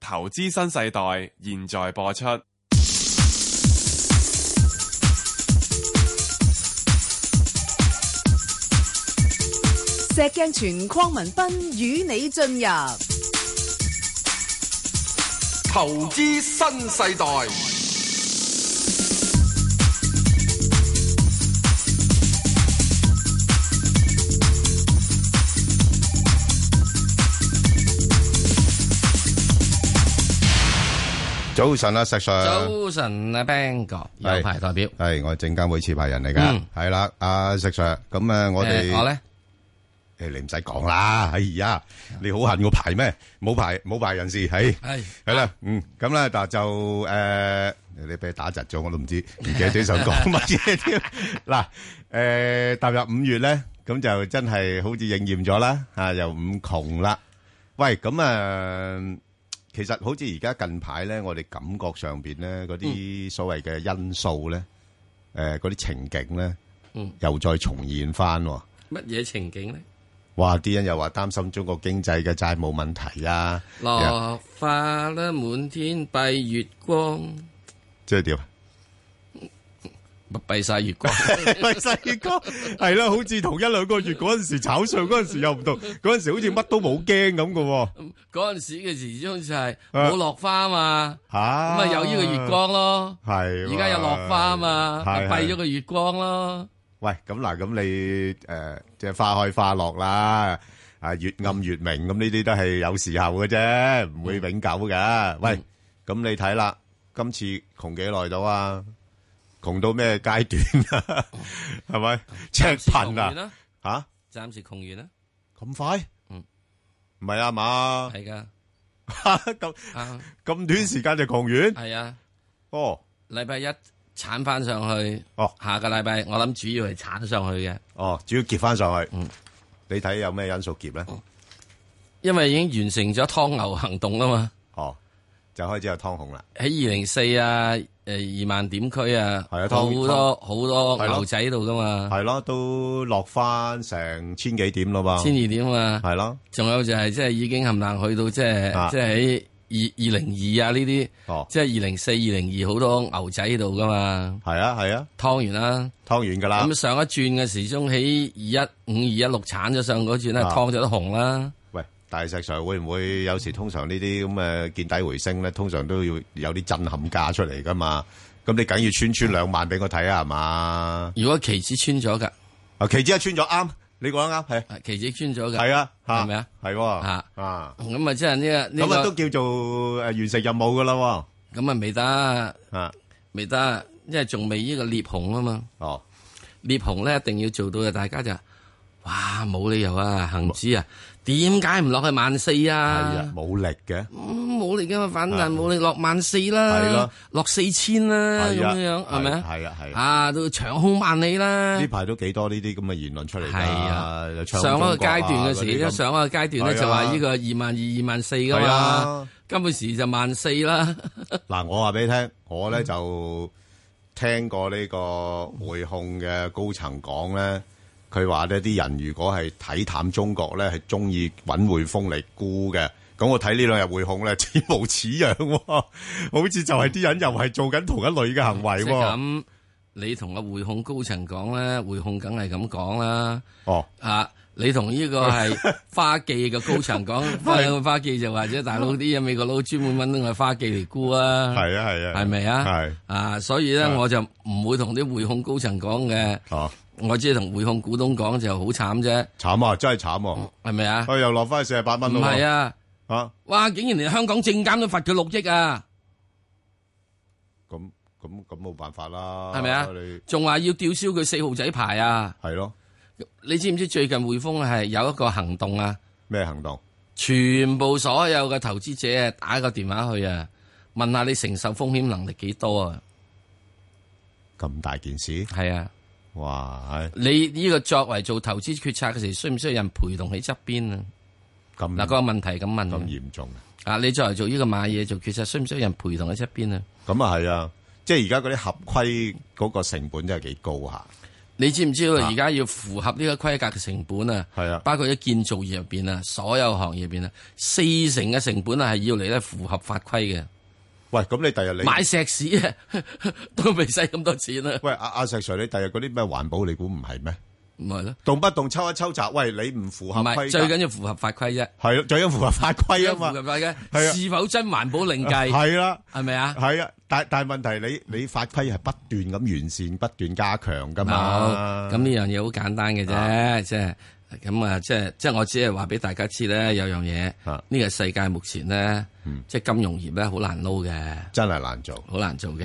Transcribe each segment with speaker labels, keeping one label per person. Speaker 1: 投資新世代》，現在播出。
Speaker 2: 石鏡泉鄺民彬與你進入
Speaker 3: 投資新世代。
Speaker 4: 早晨啊，石 Sir。
Speaker 5: 早晨啊，Bang 哥，有排代表。
Speaker 4: 係我係證監會持牌人嚟㗎
Speaker 5: 嗯。
Speaker 4: 係啦，阿石 Sir，咁啊，我哋
Speaker 5: 誒我咧，
Speaker 4: 誒你唔使講啦。哎呀，你好恨個牌咩？冇牌冇牌人士，哎係
Speaker 5: 係
Speaker 4: 係啦，嗯，咁咧，但就誒，你俾佢打窒咗，我都唔知唔記得咗想講乜嘢添。嗱，誒踏入五月咧，咁就真係好似應驗咗啦，啊又五窮啦。喂，咁誒，其實好似而家近排咧，我哋感覺上邊咧嗰啲所謂嘅因素咧，誒嗰啲情景咧，
Speaker 5: 嗯，
Speaker 4: 又再重現翻喎。
Speaker 5: 乜嘢情景咧？
Speaker 4: 哇！啲人又話擔心中國經濟嘅債務問題啊，
Speaker 5: 落花啦，滿天蔽月光，
Speaker 4: 即係點啊？
Speaker 5: 咪蔽晒月光。
Speaker 4: 喂，細哥，係啦，好似同一兩個月嗰陣時炒上嗰陣時又唔同，嗰陣時好似乜都冇驚咁嘅喎。
Speaker 5: 嗰陣時嘅時鐘就係
Speaker 4: 啊
Speaker 5: 冇落花嘛，
Speaker 4: 嚇！
Speaker 5: 咁
Speaker 4: 咁
Speaker 5: 啊有呢個月光咯。
Speaker 4: 係喎。
Speaker 5: 而家有落花嘛，
Speaker 4: 啊係
Speaker 5: 咪
Speaker 4: 係
Speaker 5: 蔽咗個月光 咯。
Speaker 4: 喂，咁嗱，咁你誒即係花開花落啦，啊越暗越明，咁呢啲都係有時候嘅啫，唔會永久嘅。喂，咁你睇啦，今次窮幾耐到啊？窮到咩階 段啊？係咪赤
Speaker 5: 窮
Speaker 4: 貧
Speaker 5: 完
Speaker 4: 啊？
Speaker 5: 啦，
Speaker 4: 嚇
Speaker 5: 暫時窮完啦，
Speaker 4: 咁快？
Speaker 5: 嗯，
Speaker 4: 唔係啊嘛？
Speaker 5: 係噶，
Speaker 4: 咁
Speaker 5: 啊
Speaker 4: 咁短時間就窮完？
Speaker 5: 係啊，
Speaker 4: 哦
Speaker 5: 禮拜一鏟翻上去，
Speaker 4: 哦
Speaker 5: 下個禮拜我諗主要係鏟上去嘅，
Speaker 4: 哦，主要結翻上去。
Speaker 5: 嗯
Speaker 4: 你睇有咩因素結咧？
Speaker 5: 因為已經完成咗湯牛行動啦嘛。
Speaker 4: 哦，就開始有湯紅啦。
Speaker 5: 喺二零四啊，誒二萬點區啊，
Speaker 4: 係
Speaker 5: 好
Speaker 4: 啊湯
Speaker 5: 多好多
Speaker 4: 係咯
Speaker 5: 牛仔喺度噶嘛，
Speaker 4: 係咯，都落翻成千幾點咯
Speaker 5: 千
Speaker 4: 噃，
Speaker 5: 二點啊，
Speaker 4: 係咯，
Speaker 5: 仲有就係即係已經冚唪唥去到即
Speaker 4: 啊
Speaker 5: 係即係喺二二零二啊呢啲，
Speaker 4: 哦，
Speaker 5: 即係二零四、二零二好多牛仔喺度噶嘛，
Speaker 4: 係啊，係啊，
Speaker 5: 湯完啦。
Speaker 4: 湯完噶啦
Speaker 5: 咁。上一轉嘅時鐘喺二一五、二一六鏟咗上嗰轉咧，
Speaker 4: 啊
Speaker 5: 湯咗都紅啦。
Speaker 4: 喂，大石 Sir 會唔會有時通常呢啲咁嘅見底回升咧，通常都要有啲震撼價出嚟噶嘛？咁你梗要穿穿兩萬俾我睇啊，係嘛？
Speaker 5: 如果期指穿咗㗎，
Speaker 4: 啊，期指一穿咗啱，你講得啱，係
Speaker 5: 啊期指穿咗㗎，
Speaker 4: 係啊，嚇
Speaker 5: 係咪啊？
Speaker 4: 係喎，
Speaker 5: 啊
Speaker 4: 啊，
Speaker 5: 咁啊即係呢個
Speaker 4: 咁啊都
Speaker 5: 呢
Speaker 4: 叫做誒呃完成任務噶啦喎，
Speaker 5: 個咁啊未得，
Speaker 4: 啊，
Speaker 5: 未得，因為仲未呢個裂紅啊嘛。
Speaker 4: 哦，
Speaker 5: 裂紅咧一定要做到嘅，大家就哇冇理由啊，恒指啊，點解唔落去萬四
Speaker 4: 係啊
Speaker 5: 啊，？
Speaker 4: 冇力嘅，
Speaker 5: 嗯冇力噶嘛，反彈冇力落萬四啦，
Speaker 4: 係咯
Speaker 5: 落四千啦，咁
Speaker 4: 係啊，
Speaker 5: 樣係咪啊？
Speaker 4: 係啊，係啊。
Speaker 5: 啊，都長空萬里啦
Speaker 4: 呢。排都幾多呢啲咁嘅言論出嚟㗎
Speaker 5: 係啊
Speaker 4: 又唱
Speaker 5: 上一個
Speaker 4: 中國啊
Speaker 5: 階段嘅時，
Speaker 4: 嗰啲咁
Speaker 5: 咧上一個階段
Speaker 4: 係啊
Speaker 5: 咧就話呢個二萬二、二萬四噶
Speaker 4: 係
Speaker 5: 嘛，
Speaker 4: 啊
Speaker 5: 根本時就萬四啦。
Speaker 4: 嗱，我話俾你聽，
Speaker 5: 嗯
Speaker 4: 我咧就聽過呢個匯控嘅高層講咧，佢話呢啲人如果係睇淡中國咧，係中意揾匯豐嚟沽嘅。咁我睇呢 兩日匯控咧，似模似樣喎，好似就係啲人又係做緊同一類嘅行為
Speaker 5: 即係
Speaker 4: 喎。
Speaker 5: 咁，你同個匯控高層講咧，匯控梗係咁講啦。
Speaker 4: 哦，
Speaker 5: 啊，你同呢 個係花記嘅高層講，花花記就話啫，大佬啲嘢美國佬專門揾我花記嚟沽啊，
Speaker 4: 係啊，係啊，
Speaker 5: 係咪啊？
Speaker 4: 係
Speaker 5: 啊，所以咧
Speaker 4: 係
Speaker 5: 我就唔會同啲匯控高層講嘅，
Speaker 4: 哦，
Speaker 5: 我只係同匯控股東講就好慘啫，
Speaker 4: 慘啊，真係慘啊！
Speaker 5: 係咪啊？
Speaker 4: 佢又落翻四十八
Speaker 5: 唔
Speaker 4: 蚊咯喎。
Speaker 5: 係啊。
Speaker 4: 啊，
Speaker 5: 哇！竟然連香港證監都罰佢六億啊，
Speaker 4: 咁咁咁冇辦法啦，
Speaker 5: 係咪啊
Speaker 4: 你
Speaker 5: 仲話要吊銷佢四號仔牌啊！
Speaker 4: 係咯，
Speaker 5: 你知唔知最近匯豐係有一個行動啊？
Speaker 4: 咩行動？
Speaker 5: 全部所有嘅投資者啊，打個電話去啊，問下你承受風險能力幾多啊？
Speaker 4: 咁大件事，
Speaker 5: 係啊，
Speaker 4: 哇！唉
Speaker 5: 你呢個作為做投資決策嘅時，需唔需要人陪同喺側邊啊？
Speaker 4: 咁
Speaker 5: 嗱，個問題咁問
Speaker 4: 嗯咁
Speaker 5: 嘅
Speaker 4: 嚴重，
Speaker 5: 啊！你作為做呢個買嘢做決策，需唔需要人陪同喺側邊啊？
Speaker 4: 咁啊係啊，即係而家嗰啲合規嗰個成本真係幾高下，
Speaker 5: 你知唔知道而家要符合呢個規格嘅成本啊？
Speaker 4: 係啊
Speaker 5: 包括喺建造業入邊啊，所有行業入邊啊，四成嘅成本啊係要嚟咧符合法規嘅。
Speaker 4: 喂，咁你第日你
Speaker 5: 買石屎啊， 都未使咁多錢啊，
Speaker 4: 喂阿阿石 Sir，你第日嗰啲咩環保，你估唔係咩？
Speaker 5: 唔係咯，
Speaker 4: 動不動抽一抽闸，喂，你唔符合
Speaker 5: 唔
Speaker 4: 規格
Speaker 5: 係最緊要符合法規啫，
Speaker 4: 係咯，最緊符合法規啊
Speaker 5: 符合
Speaker 4: 嘛，
Speaker 5: 法
Speaker 4: 係啊
Speaker 5: 規，是否真環保另計，
Speaker 4: 係啦。
Speaker 5: 係咪啊？
Speaker 4: 系啊，但但問題你你法規係不斷咁完善、不斷加強噶嘛？
Speaker 5: 冇，咁呢樣嘢好簡單嘅
Speaker 4: 啊
Speaker 5: 啫，即係咁啊，即係即係我只係話俾大家知咧，有樣嘢
Speaker 4: 啊，
Speaker 5: 呢個世界目前咧，
Speaker 4: 嗯
Speaker 5: 即係金融業咧好難撈嘅。
Speaker 4: 真係難做，
Speaker 5: 好難做嘅，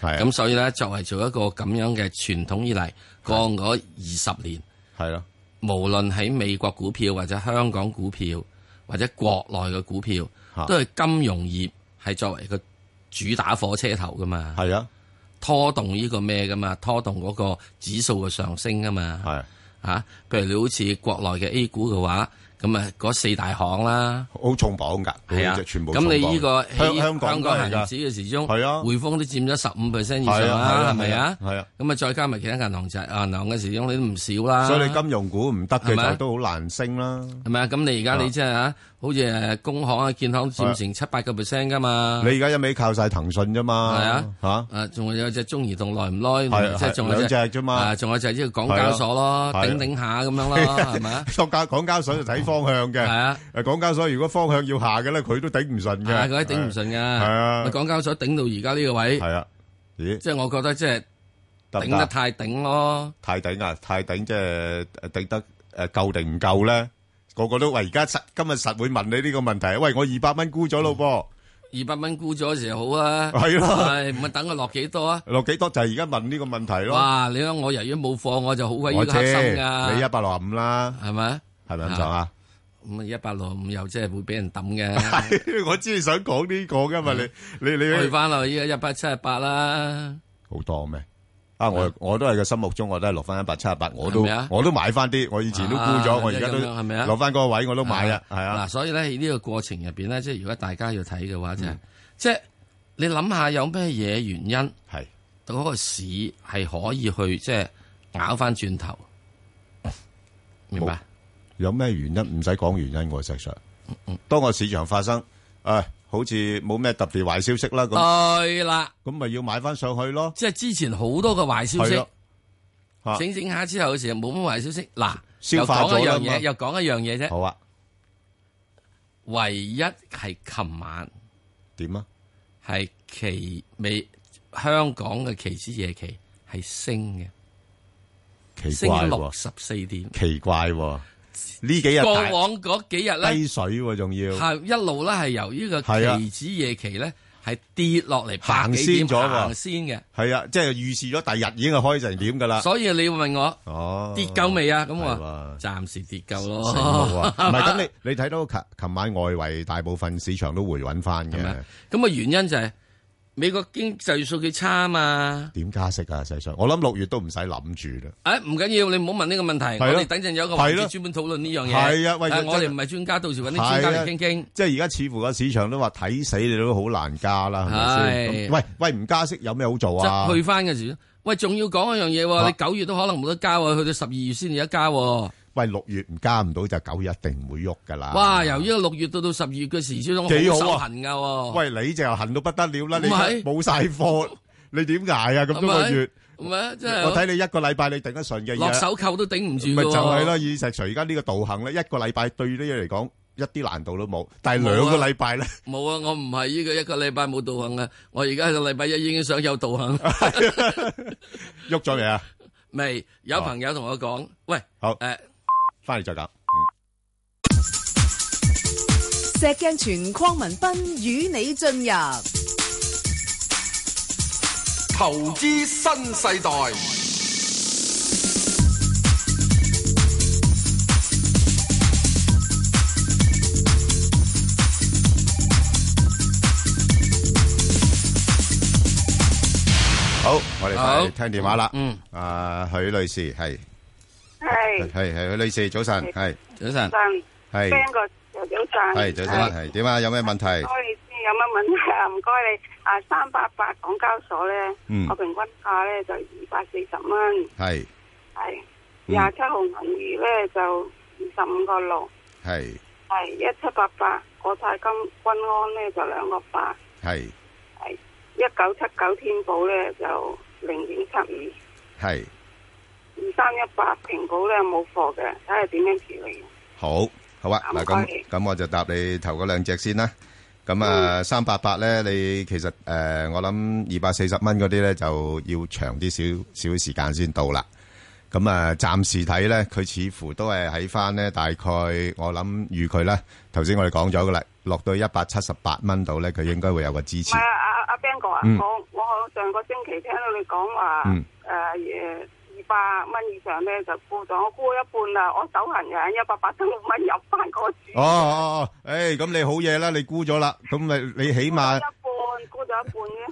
Speaker 4: 係啊
Speaker 5: 咁所以咧，作為做一個咁樣嘅傳統以嚟，過往嗰二十年，
Speaker 4: 係咯，
Speaker 5: 無論喺美國股票或者香港股票或者國內嘅股票
Speaker 4: 嚇，
Speaker 5: 都係金融業係作為個主打火車頭噶嘛，
Speaker 4: 係啊，
Speaker 5: 拖動呢個咩噶嘛，拖動嗰個指數嘅上升噶嘛，
Speaker 4: 係
Speaker 5: 啊，譬如你好似國內嘅 A 股嘅話，咁啊嗰四大行啦。
Speaker 4: 好重磅㗎，
Speaker 5: 系啊，
Speaker 4: 全部
Speaker 5: 咁你呢個
Speaker 4: 香
Speaker 5: 喺
Speaker 4: 香港
Speaker 5: 香
Speaker 4: 都
Speaker 5: 港
Speaker 4: 係
Speaker 5: 恆
Speaker 4: 㗎
Speaker 5: 指嘅時鐘，
Speaker 4: 係啊
Speaker 5: 匯豐都佔咗十五 percent 以上
Speaker 4: 係啊係
Speaker 5: 啦，
Speaker 4: 啊
Speaker 5: 係咪啊？
Speaker 4: 係啊
Speaker 5: 咁啊，再加埋其他銀行就係銀行嘅時鐘，你都唔少啦。
Speaker 4: 所以你金融股唔得
Speaker 5: 係
Speaker 4: 嘅
Speaker 5: 咪啊
Speaker 4: 就都好難升啦。
Speaker 5: 係咪啊？咁你而家
Speaker 4: 啊
Speaker 5: 你即係啊，好似誒工行啊、建行佔成七八個 percent 噶嘛？
Speaker 4: 你而家一味靠晒騰訊啫嘛，
Speaker 5: 係啊
Speaker 4: 嚇
Speaker 5: 啊，仲有隻中移動耐唔耐？
Speaker 4: 係
Speaker 5: 即係仲有
Speaker 4: 係兩隻啫嘛
Speaker 5: 啊，仲有就係呢個港交所咯，
Speaker 4: 係啊係啊
Speaker 5: 頂頂下咁樣 咯，係咪啊？
Speaker 4: 國家 港交所就睇方向嘅，
Speaker 5: 係啊
Speaker 4: 誒港交所如果方向要下嘅咧，佢都頂唔順
Speaker 5: 啊，
Speaker 4: 嘅，
Speaker 5: 佢都頂唔順
Speaker 4: 係啊
Speaker 5: 噶，咪港交所頂到而家呢個位
Speaker 4: 係，啊，咦，
Speaker 5: 即係我覺得即係
Speaker 4: 得唔
Speaker 5: 頂得
Speaker 4: 得？
Speaker 5: 太頂咯。
Speaker 4: 太頂啊！太頂即係頂得誒夠定唔夠咧？個個都喂，而家實今日實會問你呢個問題。喂，我二百蚊沽咗咯
Speaker 5: 二百蚊沽咗嘅時候好 啊，
Speaker 4: 係咯
Speaker 5: 唉唔咪等佢落幾多啊？
Speaker 4: 噃，落幾多就係而家問呢個問題咯。
Speaker 5: 哇！你諗我由於冇貨，我就好鬼要
Speaker 4: 我知
Speaker 5: 黑心
Speaker 4: 你一
Speaker 5: 噶，
Speaker 4: 百六十五啦，
Speaker 5: 係咪？
Speaker 4: 係咪咁上下？
Speaker 5: 咁啊，一百六五又即係會俾人抌嘅，
Speaker 4: 我知你想講呢個噶嘛？你你
Speaker 5: 去
Speaker 4: 你
Speaker 5: 翻落依家一百七十八啦，
Speaker 4: 好多咩？啊！我我都係個心目中，我都係落翻一百七十八，我都
Speaker 5: 係咪啊
Speaker 4: 我都買翻啲，我以前都沽咗，
Speaker 5: 啊
Speaker 4: 我而家都
Speaker 5: 即係咁樣係咪啊
Speaker 4: 落翻嗰個位，我都買啊，係
Speaker 5: 嗱，
Speaker 4: 啊，
Speaker 5: 所以咧喺呢個過程入邊咧，即係如果大家要睇嘅話，就係
Speaker 4: 嗯
Speaker 5: 即係你諗下有咩嘢原因，
Speaker 4: 係
Speaker 5: 嗰個市係可以去即係咬翻轉頭，明白？
Speaker 4: 有咩原因？唔使講原因喎，石 Sir。當個市場發生，誒，好似冇咩特別壞消息啦，咁
Speaker 5: 對啦，
Speaker 4: 咁咪要買翻上去咯。
Speaker 5: 即係之前好多嘅壞消
Speaker 4: 係
Speaker 5: 息
Speaker 4: 咯。嚇
Speaker 5: 整整下之後嘅時候冇乜壞消息。嗱，
Speaker 4: 消化咗
Speaker 5: 又
Speaker 4: 啦
Speaker 5: 講一樣嘢，
Speaker 4: 嘛
Speaker 5: 又講一樣嘢啫。
Speaker 4: 好啊，
Speaker 5: 唯一係琴晚
Speaker 4: 點啊？
Speaker 5: 係期尾香港嘅期指夜期係升嘅，
Speaker 4: 奇
Speaker 5: 升
Speaker 4: 怪
Speaker 5: 六
Speaker 4: 喎，
Speaker 5: 十四點。
Speaker 4: 奇怪喎，呢幾日
Speaker 5: 過
Speaker 4: 大
Speaker 5: 往嗰幾日咧
Speaker 4: 低水喎，仲要
Speaker 5: 係一路咧係由呢
Speaker 4: 係啊
Speaker 5: 個期指夜期咧係跌落嚟百
Speaker 4: 行
Speaker 5: 幾
Speaker 4: 先
Speaker 5: 點
Speaker 4: 咗喎
Speaker 5: 行先嘅，
Speaker 4: 係啊，即係預示咗第日已經係開成點㗎啦。
Speaker 5: 所以你會問我
Speaker 4: 啊哦，
Speaker 5: 跌夠未啊？咁我
Speaker 4: 係
Speaker 5: 話
Speaker 4: 喎
Speaker 5: 暫時跌夠
Speaker 4: 醒目
Speaker 5: 咯
Speaker 4: 啊。唔係咁，你你睇到琴琴晚外圍大部分市場都回穩翻
Speaker 5: 係咪
Speaker 4: 嘅
Speaker 5: 啊。 咁啊原因就係美國經濟數據差啊嘛。
Speaker 4: 點加息啊？石 Sir，我諗六月都唔使諗住啦。
Speaker 5: 诶，唔緊要，你唔好問呢個問題。
Speaker 4: 係咯
Speaker 5: 我哋等陣有一個環
Speaker 4: 係咯
Speaker 5: 節專門討論呢樣嘢。
Speaker 4: 係啊喂
Speaker 5: 但係
Speaker 4: 真係
Speaker 5: 我哋唔係專家，到時揾啲專家嚟傾傾。
Speaker 4: 即係啊而家似乎個市場都話睇死你都好難加啦，係咪先？
Speaker 5: 係
Speaker 4: 咁喂喂，唔加息有咩好做
Speaker 5: 即
Speaker 4: 啊？
Speaker 5: 係去翻嘅時，喂，仲要講一樣嘢
Speaker 4: 啊
Speaker 5: 喎。你九月都可能冇得交啊喎，去到十二月先有得交喎。
Speaker 4: 喂六月唔加唔到就九月一定唔會喐㗎啦。
Speaker 5: 哇！由呢個六月到到十二月嘅時之中，
Speaker 4: 啊幾好啊
Speaker 5: 手痕㗎喎。
Speaker 4: 喂你就又痕到不得了啦，
Speaker 5: 唔
Speaker 4: 你
Speaker 5: 係
Speaker 4: 冇晒貨，你點捱啊？咁多個月，
Speaker 5: 唔係，啊即係
Speaker 4: 我睇你一個禮拜你頂得順嘅嘢，
Speaker 5: 落手扣都頂唔住㗎
Speaker 4: 咪就係
Speaker 5: 喎。
Speaker 4: 咯。以石除而家呢個導行咧，一個禮拜對呢嘢嚟講一啲難度都冇，但係
Speaker 5: 冇啊
Speaker 4: 兩個禮拜咧，
Speaker 5: 冇啊！我唔係呢個一個禮拜冇導行啊，我而家一個禮拜一已經想有導行。啊
Speaker 4: 啊喐咗未啊？
Speaker 5: 未有朋友同我講，喂，
Speaker 4: 好
Speaker 5: 誒。
Speaker 4: 翻嚟再搞。
Speaker 2: 石鏡泉匡文斌與你進入
Speaker 3: 投資新世代，
Speaker 4: 好，我哋
Speaker 5: 好
Speaker 4: 快聽電話啦。
Speaker 5: 嗯，
Speaker 4: 啊，許女士係係
Speaker 6: 系
Speaker 4: 係許女士，早晨係
Speaker 5: 早晨。
Speaker 6: 晨
Speaker 4: 係
Speaker 6: ，friend 个又早晨，
Speaker 4: 係早晨係點啊？有咩問
Speaker 6: 唔
Speaker 4: 題？
Speaker 6: 該你先有乜問題 啊？唔該你啊，三八八港交所咧
Speaker 4: 嗯，
Speaker 6: 我平均價咧就二百四十蚊，
Speaker 4: 係
Speaker 6: 系
Speaker 4: 嗯
Speaker 6: 廿七號銀娛咧就二十五個六，
Speaker 4: 係
Speaker 6: 係一七八八國泰金君安咧就兩個八，
Speaker 4: 係
Speaker 6: 係一九七九天寶咧就零點七五，
Speaker 4: 係
Speaker 6: 二三一八平保咧冇貨嘅，睇下點樣處理。
Speaker 4: 好，好啊，嗱
Speaker 6: 好
Speaker 4: 咁咁我就答你頭嗰兩隻先啦。咁啊，三八八咧，你其實誒、呃我諗二百四十蚊嗰啲咧，就要長啲少少時間先到啦。咁啊，暫時睇咧，佢似乎都係喺翻咧，大概我諗預佢啦。頭先我哋講咗噶啦，落到一百七十八蚊度咧，佢應該會有個支
Speaker 6: 唔
Speaker 4: 持
Speaker 6: 係。啊阿阿 Ben 哥啊，
Speaker 4: 嗯
Speaker 6: 我我上個星期聽到你講話
Speaker 4: 嗯
Speaker 6: 誒誒二百蚊以上咧就沽咗，我沽一半啦，我手痕嘅一百八十六蚊入翻個市。
Speaker 4: 哦哦哦，誒、咁你好嘢啦，你沽咗啦，咁你你起碼
Speaker 6: 一。半沽咗一半啫，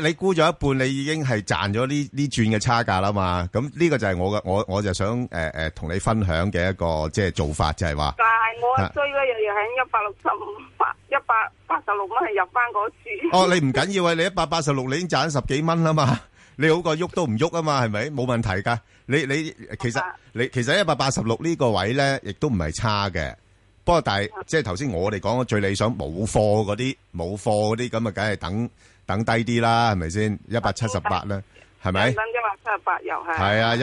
Speaker 4: 你你估咗一半，你已經係賺咗呢呢轉嘅差價啦嘛。咁呢個就係我嘅，我我就想诶诶同你分享嘅一個即係做法，就係 話
Speaker 6: 但係我追咧又又喺一百六十五百一百八十六蚊係入翻嗰注。
Speaker 4: 哦，你唔緊要啊，你一百八十六你已經賺咗十幾蚊啦嘛， 你好過喐都唔喐啊嘛，係咪？冇問題㗎。你你其實你其實一百八十六呢個位咧，亦都唔係差嘅。不過但係即係頭先我哋講嘅最理想冇貨嗰啲冇貨嗰啲咁啊，梗係等等低啲啦，係咪先？一百七十八啦，係咪？
Speaker 6: 等一百七十八又係。
Speaker 4: 係啊，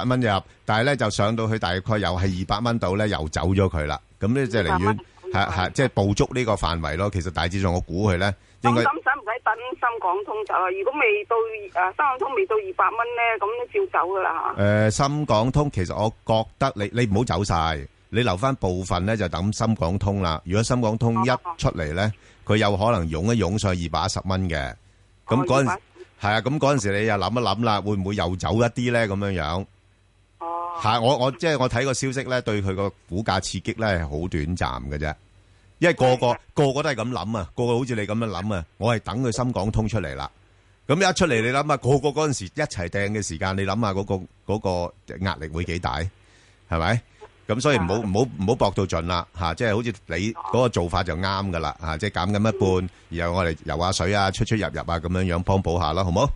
Speaker 4: 178蚊入，但係呢，就上到去大概又係200蚊度呢，又走咗佢啦。咁呢，即係寧願，
Speaker 6: 200蚊。
Speaker 4: 係-係，即係捕捉呢個範圍咯。其實大致上我估佢呢，應該，
Speaker 6: 咁咁使唔使等深港通走啊？如果未到誒深港通未到二百蚊咧，咁照走噶啦嚇。
Speaker 4: 呃誒，深港通其實我覺得你-你唔好走晒，你留返部分呢，就等深港通啦。如果深港通
Speaker 6: 哦，
Speaker 4: 一
Speaker 6: 哦。
Speaker 4: 出嚟呢，佢有可能湧一湧上210蚊嘅。咁
Speaker 6: 哦，
Speaker 4: 嗰陣-
Speaker 6: 210
Speaker 4: 係啊，咁嗰陣時你又諗一諗啦，會唔會又走一啲呢？咁樣樣。
Speaker 6: 哦，
Speaker 4: 吓，我我即係我睇個消息咧，對佢個股價刺激咧係好短暫嘅啫，因為個個個個都係咁諗啊，個個好似你咁樣諗啊，我係等佢深港通出嚟啦。咁一出嚟，你諗下個個嗰阵时一齊掟嘅時間，你諗下嗰個嗰、個壓力會幾大，係咪？咁所以唔好唔好唔好搏到盡啦吓，嚇即係好似你嗰個做法就啱噶啦吓，嚇即係減緊一半，然後我哋游下水啊，出出入入啊，咁樣樣幫補下啦，好唔好？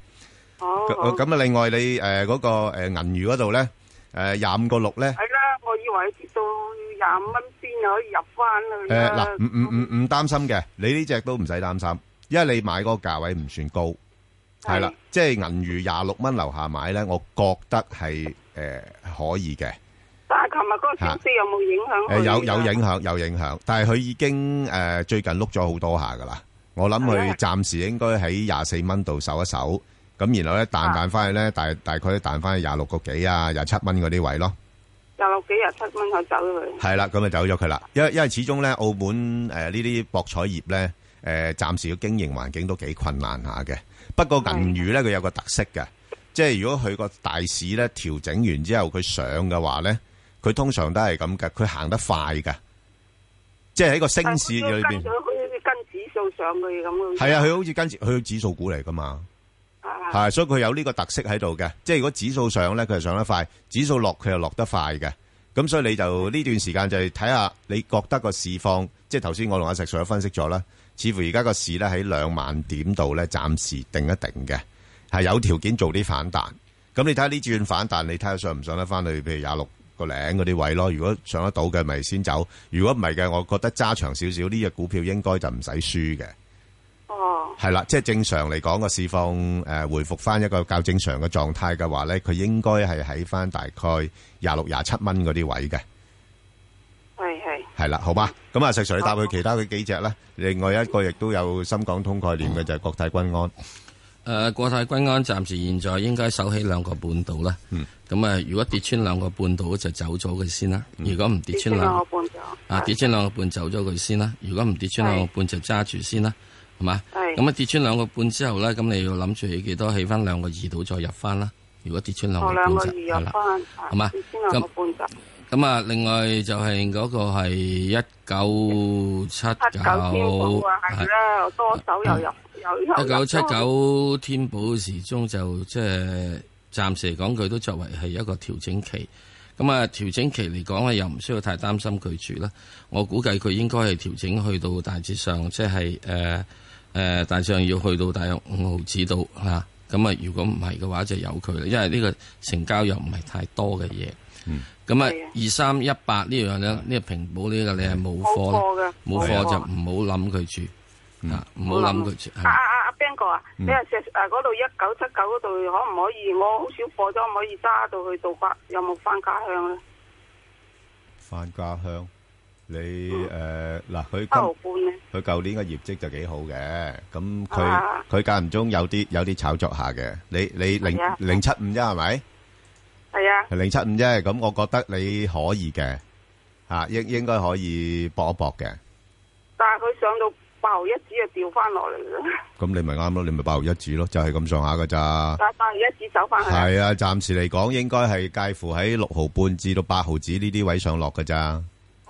Speaker 6: 好
Speaker 4: 咁
Speaker 6: 好
Speaker 4: 咁啊，另外你誒嗰個誒銀魚嗰度咧，誒廿五個六咧，
Speaker 6: 係啦，我以為跌到廿五蚊邊可以入翻去
Speaker 4: 誒
Speaker 6: 啦
Speaker 4: 嗱，唔唔唔唔擔心嘅，你呢只都唔使擔心，因為你買嗰個價位唔算高，係啦，即係銀魚廿六蚊樓下買咧，我覺得係誒可以嘅，
Speaker 6: 但係琴日嗰個消息有冇影響佢
Speaker 4: 誒
Speaker 6: 㗎？
Speaker 4: 有有影響有影響，但係佢已經誒最近碌咗好多下噶啦，我諗
Speaker 6: 啊
Speaker 4: 佢暫時應該喺廿四蚊度守一守，咁然後咧彈
Speaker 6: 啊
Speaker 4: 彈翻去咧，大大概彈翻去廿六個幾啊廿七蚊嗰啲位咯。
Speaker 6: 廿六幾廿七蚊就走咗佢。
Speaker 4: 系啦，咁就走咗佢啦。因為因為始終咧，澳門呃誒呢啲博彩業咧，誒、呃、暫時嘅經營環境都幾困難下嘅。不過銀娛咧，佢有個特色嘅，即係如果佢個大市咧調整完之後，佢上嘅話咧，佢通常都係咁嘅，佢行得快嘅，即係喺個升市
Speaker 6: 但
Speaker 4: 裏
Speaker 6: 係佢
Speaker 4: 邊
Speaker 6: 跟。咗佢跟指數上去咁嘅。
Speaker 4: 係啊，佢好似跟住佢指數股嚟噶嘛。
Speaker 6: 啊
Speaker 4: 係，所以佢有呢個特色喺度嘅。即係如果指數上咧，佢就上得快；指數落，佢又落得快嘅。咁所以你就呢段時間就係睇下你覺得個市況，即係頭先我同阿石 Sir 都分析咗啦，似乎而家個市咧喺兩萬點度咧，暫時定一定嘅，係有條件做啲反彈。咁你睇下呢轉反彈，你睇下上唔上得翻去，譬如廿六個零嗰啲位咯。如果上得到嘅，咪先走；如果唔係嘅，我覺得揸長少少呢只股票應該就唔使輸嘅。
Speaker 6: 哦，
Speaker 4: 系啦，即係正常嚟講個市況诶回復翻一個較正常嘅狀態嘅話咧，佢應該係喺翻大概廿六廿七蚊嗰啲位嘅，
Speaker 6: 係係
Speaker 4: 係啦，好嘛？咁啊，石 Sir 你答佢其他嘅幾隻啦，另外一個亦都有深港通概念嘅就係國泰君安，
Speaker 5: 誒國泰君安暫時現在應該守起兩個半度啦。
Speaker 4: 嗯
Speaker 5: 咁啊，如果跌穿兩個半度就走咗佢先啦。
Speaker 4: 嗯
Speaker 5: 如果唔跌穿兩
Speaker 6: 我
Speaker 5: 個
Speaker 6: 半咗。
Speaker 5: 啊跌穿兩個半走咗佢先啦。如果唔跌穿兩個半就揸住先啦，係嘛？
Speaker 6: 係
Speaker 5: 咁啊跌穿兩個半之後咧，咁你要諗住幾多起翻兩個二度再入翻啦。如果跌穿兩個
Speaker 6: 我
Speaker 5: 半
Speaker 6: 哦兩個
Speaker 5: 就
Speaker 6: 二
Speaker 5: 係
Speaker 6: 入
Speaker 5: 啦。
Speaker 6: 翻，
Speaker 5: 係嘛
Speaker 6: 跌穿兩個半走。
Speaker 5: 咁啊，另外就係嗰個係一九七
Speaker 6: 七九千股
Speaker 5: 九
Speaker 6: 啊，係啦，我多手又入又又入
Speaker 5: 一九七。 九天保時鐘就即係暫時嚟講，佢都作為係一個調整期。咁啊，調整期嚟講咧，又唔需要太擔心佢住啦。我估計佢應該係調整去呃到大致上，即係誒誒，大致上要去到大約五毫子度嚇，咁啊，如果唔係嘅話，就由佢啦，因為呢個成交又唔係太多嘅嘢。咁啊，二三一八呢樣咧，呢個平保呢個你係冇貨
Speaker 6: 冇貨嘅
Speaker 5: 啦，冇貨
Speaker 6: 冇貨
Speaker 5: 就唔好諗佢住，啊，唔好諗佢住，
Speaker 6: 啊
Speaker 5: 係
Speaker 6: 啊啊啊，Ben 哥啊，
Speaker 4: 嗯
Speaker 6: 你話石誒嗰度一九七九嗰度可唔可以？我好少貨咗，可唔可以揸到去到翻？有冇翻家鄉啊咧？
Speaker 4: 翻家鄉，你誒嗱，佢
Speaker 6: 七毫
Speaker 4: 今
Speaker 6: 半啊咧？
Speaker 4: 佢舊年嘅業績就幾好嘅，咁佢
Speaker 6: 啊
Speaker 4: 佢間唔中有啲有啲炒作下嘅。你你零
Speaker 6: 係啊
Speaker 4: 零七五啫係咪？
Speaker 6: 係啊，
Speaker 4: 係075啫，咁我覺得你可以嘅，啊，應-應該可以搏一搏嘅。咁你咪啱咯，你咪
Speaker 6: 但係佢上到八毫一指就掉翻落嚟啦，
Speaker 4: 八毫一指咯，就係咁上下㗎咋。啊
Speaker 6: 但係八毫一指走翻去。
Speaker 4: 係啊，暫時嚟講應該係介乎喺6.5至到8.子呢啲位上落㗎咋。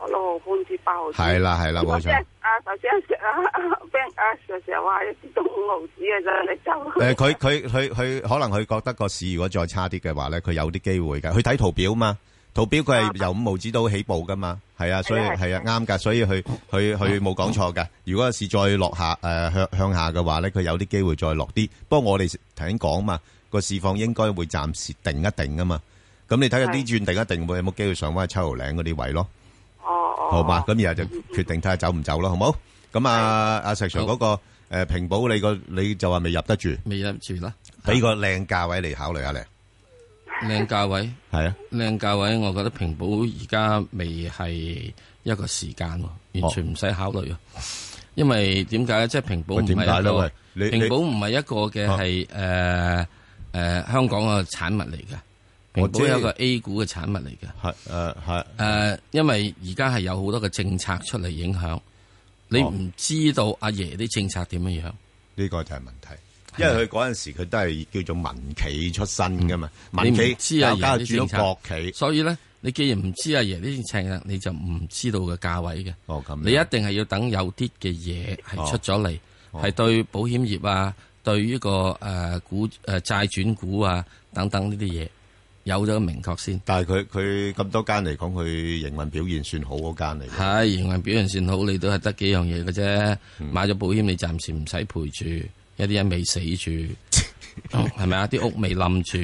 Speaker 6: 六毫半至八毫紙。
Speaker 4: 係啦，係啦，冇錯。
Speaker 6: 即係啊，頭先阿阿阿 Ben 阿 Sir 成日話一支到五毫子嘅啫，你走。
Speaker 4: 誒，佢-佢-佢-佢-可能佢覺得個市如果再差啲嘅話呢，佢有啲機會嘅。佢睇圖表嘛，圖表佢係
Speaker 6: 啊。
Speaker 4: 由5毫子到起步㗎嘛，係啊，所以
Speaker 6: 係啊，係啊。
Speaker 4: 係啊，啱㗎，所以佢-佢-佢冇講錯㗎。如果個市再落下，誒，向-向下嘅話呢，佢有啲機會再落啲。不過我哋頭先講嘛，個市況應該會暫時定一定㗎嘛。咁你睇下
Speaker 6: 係。
Speaker 4: 呢轉定一定會-有冇機會上返去七號零嗰啲位咯，
Speaker 6: 哦哦。哦。
Speaker 4: 好嘛？咁然後就決定睇下走唔走咯，好冇？咁啊，阿石Sir
Speaker 5: 好。
Speaker 4: 嗰個，誒，平保你個-你就話未入得住。
Speaker 5: 未入住啦，
Speaker 4: 俾個靚價位嚟考慮下咧，
Speaker 5: 靚價位。
Speaker 4: 係啊，
Speaker 5: 靚價位，我覺得平保而家未係一個時間
Speaker 4: 哦
Speaker 5: 喎，完全唔使考慮啊！因為點解咧？即係平保
Speaker 4: 喂
Speaker 5: 唔
Speaker 4: 點解
Speaker 5: 哦係一啊
Speaker 4: 咧
Speaker 5: 個
Speaker 4: 喂你
Speaker 5: 平保唔係一個嘅
Speaker 4: 啊
Speaker 5: 係誒誒香港嘅產物嚟嘅，
Speaker 4: 我
Speaker 5: 平
Speaker 4: 知
Speaker 5: 保有一個 A 股嘅產物嚟嘅。
Speaker 4: 係誒係
Speaker 5: 誒、因為而家係有好多嘅政策出嚟影響，你
Speaker 4: 哦
Speaker 5: 唔知道阿爺啲政策點樣樣。
Speaker 4: 呢個就係問
Speaker 5: 啊
Speaker 4: 題，因為佢嗰陣時佢都係叫做民企出身噶嘛，民
Speaker 5: 你唔
Speaker 4: 企
Speaker 5: 知啊
Speaker 4: 又加
Speaker 5: 而家啲
Speaker 4: 住
Speaker 5: 政
Speaker 4: 咗
Speaker 5: 策
Speaker 4: 國企，
Speaker 5: 所以咧，你既然唔知阿爺呢啲政策，你就唔知道嘅價位嘅。
Speaker 4: 哦咁樣，哦
Speaker 5: 你一定係要等有啲嘅嘢係出咗嚟，係對保險業啊，對呢個誒股誒債轉股啊等等呢啲嘢有咗明確先。
Speaker 4: 但係佢佢咁多間嚟講，佢營運表現算好嗰間嚟嘅，
Speaker 5: 係營運表現算好，你都係得幾樣嘢嘅啫。
Speaker 4: 嗯
Speaker 5: 買咗保險，你暫時唔使賠住，一啲人未死 住，係咪啊？啲屋未冧住。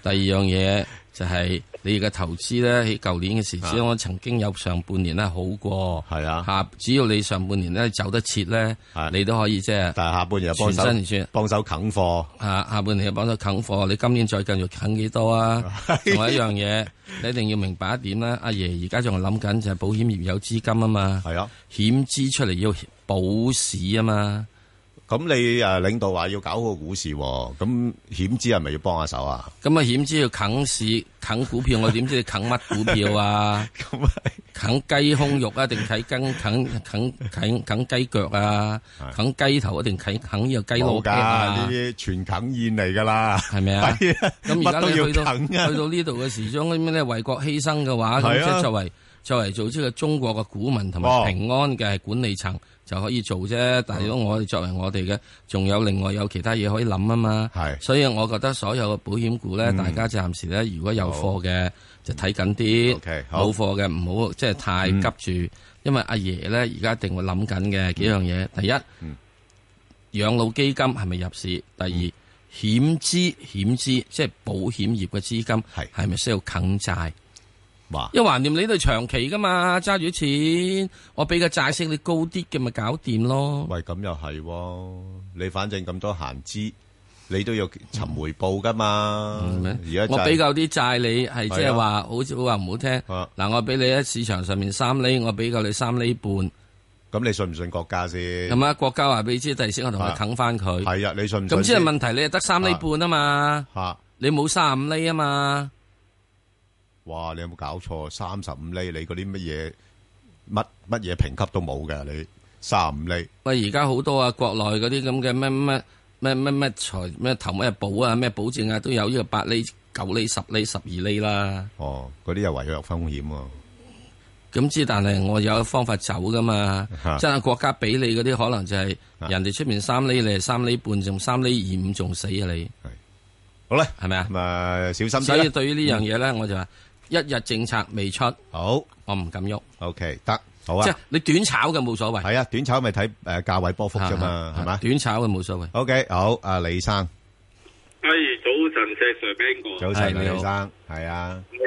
Speaker 5: 第二樣嘢就係你嘅投資咧，喺舊年嘅時只我曾經有上半年咧好過，
Speaker 4: 啊係啊
Speaker 5: 嚇，只要你上半年咧走得切咧
Speaker 4: 係，
Speaker 5: 你都可以即係。
Speaker 4: 但係下半年又幫
Speaker 5: 全身而算
Speaker 4: 手幫手啃貨，
Speaker 5: 下下半年又幫手啃貨，你今年再繼續啃幾多 啊？仲有一樣嘢，你一定要明白一點啦。阿爺而家仲係諗緊就係保險業有資金啊嘛，
Speaker 4: 係啊，
Speaker 5: 險資出嚟要保市啊嘛。
Speaker 4: 咁你誒領導話要搞好個股市喎，咁險資係咪要幫下手啊？
Speaker 5: 咁啊險資要啃市啃股票，我點知你啃乜股票 啊？
Speaker 4: 咁啊
Speaker 5: 啃雞胸肉啊，定睇羹啃啃啃啃雞腳啊？啃雞頭啊，定啃啃呢個雞腦
Speaker 4: 冇㗎，
Speaker 5: 啊
Speaker 4: 呢？啲全啃宴嚟㗎啦。
Speaker 5: 係咪 啊？
Speaker 4: 係啊
Speaker 5: 咁而家
Speaker 4: 乜都要
Speaker 5: 你去到
Speaker 4: 啃啊
Speaker 5: 去到呢度嘅時鐘，咁咧為國犧牲嘅話，咁
Speaker 4: 係
Speaker 5: 即
Speaker 4: 啊
Speaker 5: 係作為作為做呢個中國嘅股民同
Speaker 4: 哦嗯
Speaker 5: 埋平安嘅管理層就可以做啫。但係如果我哋作為我哋嘅，仲有另外有其他嘢可以諗啊嘛。
Speaker 4: 係嗯
Speaker 5: 所以我覺得所有嘅保險股咧，大家暫時咧，如果有貨嘅就睇緊啲
Speaker 4: OK，好嗯
Speaker 5: 冇貨嘅唔好即係太急住，因為阿爺咧而家一定會諗緊嘅幾樣嘢。第一，養老基金係咪入市？第二，
Speaker 4: 嗯
Speaker 5: 險資險資即係保險業嘅資金
Speaker 4: 係
Speaker 5: 係咪需要啃債？
Speaker 4: 哇
Speaker 5: 因為橫掂你都係長期噶嘛，揸住啲錢，我俾個債息你高啲嘅咪搞掂咯。
Speaker 4: 喂，咁又係喎，你反正咁多閒資，你都要尋回報噶嘛。
Speaker 5: 係咪
Speaker 4: 而家就
Speaker 5: 我
Speaker 4: 係
Speaker 5: 比較啲債你係即
Speaker 4: 係啊
Speaker 5: 係話，好似話唔好聽。
Speaker 4: 啊
Speaker 5: 嗱，我俾你喺市場上面三厘，我俾夠你三厘半。
Speaker 4: 咁，你信唔信國家先？咁
Speaker 5: 咁啊，國家話俾你知，第時我同
Speaker 4: 啊
Speaker 5: 佢啃翻佢。
Speaker 4: 係啊，你信唔信？
Speaker 5: 咁即係問題，你係得三厘半啊嘛，
Speaker 4: 嚇，
Speaker 5: 你冇三十五厘啊嘛。
Speaker 4: 哇！你有冇搞錯？三十五厘，你嗰啲乜嘢乜乜嘢評級都冇嘅，你三十五厘
Speaker 5: 喂，而家好多啊，國內嗰啲咁嘅咩咩咩咩咩財咩投咩保啊，咩保證啊，都有呢個八厘、九厘、十厘、十二厘啦。
Speaker 4: 哦，嗰啲又違約風險喎。
Speaker 5: 咁之，但係我有方法走噶嘛
Speaker 4: 啊。
Speaker 5: 真係國家俾你嗰啲，可能就係人哋出面三厘，你係三厘半，仲三厘二五，仲死啊你，
Speaker 4: 好啦，
Speaker 5: 係咪啊？
Speaker 4: 咁啊，小心
Speaker 5: 所以
Speaker 4: 啲啦。嗯
Speaker 5: 對於呢樣嘢咧，我就話一日政策未出，
Speaker 4: 好
Speaker 5: 我唔敢喐。
Speaker 4: ，OK，得，好啊
Speaker 5: 即係。你短炒嘅冇所謂，
Speaker 4: 係啊，短炒咪睇誒價位波幅啫
Speaker 5: 啊
Speaker 4: 嘛
Speaker 5: 啊，
Speaker 4: 係嘛
Speaker 5: 短炒嘅冇所謂。
Speaker 4: ？OK，好，阿李生，
Speaker 7: 哎晨，石 Sir Ben 哥，
Speaker 4: 早晨，
Speaker 5: 係，
Speaker 4: 李
Speaker 5: 你好。
Speaker 4: 生，係啊，
Speaker 7: 誒，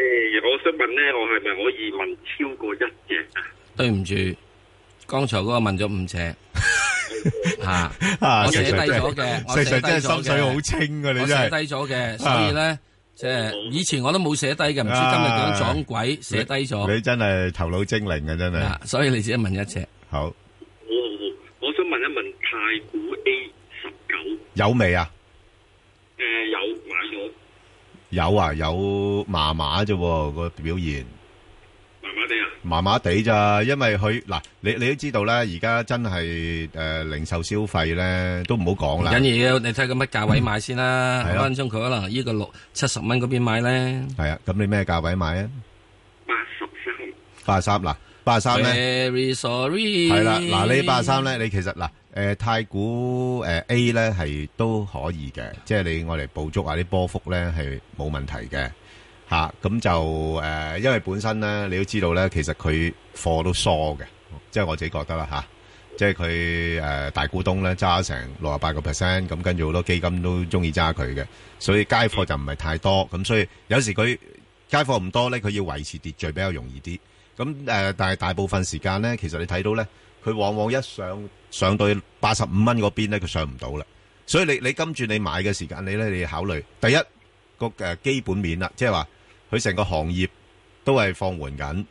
Speaker 7: 我想問咧，我係咪可以問超過一隻啊？
Speaker 5: 對唔住，剛才嗰個問咗五 隻，吓，
Speaker 4: 啊，
Speaker 5: 我寫
Speaker 4: Sir
Speaker 5: 低
Speaker 4: Sir
Speaker 5: 咗
Speaker 4: 真係
Speaker 5: 嘅，我
Speaker 4: Sir
Speaker 5: 寫
Speaker 4: Sir
Speaker 5: 低
Speaker 4: 真係
Speaker 5: 咗
Speaker 4: 心水
Speaker 5: 嘅
Speaker 4: 好清㗎，你
Speaker 5: 我
Speaker 4: 真
Speaker 5: 寫
Speaker 4: 係。
Speaker 5: 低咗嘅，所以咧，即係以前我都冇寫低嘅，唔知今日點樣撞鬼寫低咗，
Speaker 4: 你真係頭腦精靈啊，真係。
Speaker 5: 啊所以你只係問一隻，
Speaker 7: 我我想問一問太古 A 十九，
Speaker 4: 好，有味啊？有啊，有麻麻啫喎，
Speaker 7: 誒有買咗，
Speaker 4: 個表
Speaker 7: 麻麻地啊，
Speaker 4: 現。麻麻地咋，因為佢-嗱，你-你都知道啦，而家真係，呃，零售消費呢，都唔好講啦。
Speaker 5: 緊要你睇佢乜價位買先啦，
Speaker 4: 係
Speaker 5: 分
Speaker 4: 咯
Speaker 5: 分鐘佢可能呢個六七十蚊嗰邊買咧。
Speaker 4: 係啊，咁你咩價位買啊？
Speaker 7: 八十
Speaker 4: 83
Speaker 7: 三，
Speaker 4: 嗱，83呢，
Speaker 5: Very sorry。
Speaker 4: 係啦，嗱，呢83呢，你其實嗱，誒，太古，誒，A呢，係都可以嘅，即係你我哋捕捉下啲波幅呢，係冇問題嘅，嚇，咁就，誒，因為本身呢，你都知道呢，其實佢貨都疏嘅，即係我自己覺得啦，嚇，即係佢，誒，大股東呢，揸成68%，咁跟住好多基金都鍾意揸佢嘅，所以街貨就唔係太多，咁所以有時佢街貨唔多呢，佢要維持秩序比較容易啲。咁誒、呃但係大部分時間咧，其實你睇到咧，佢往往一上上到八十五蚊嗰邊咧，佢上唔到啦。所以你你跟住你買嘅時間，你咧你要考慮第一個誒、呃基本面啦，即係話佢成個行業都係放緩緊。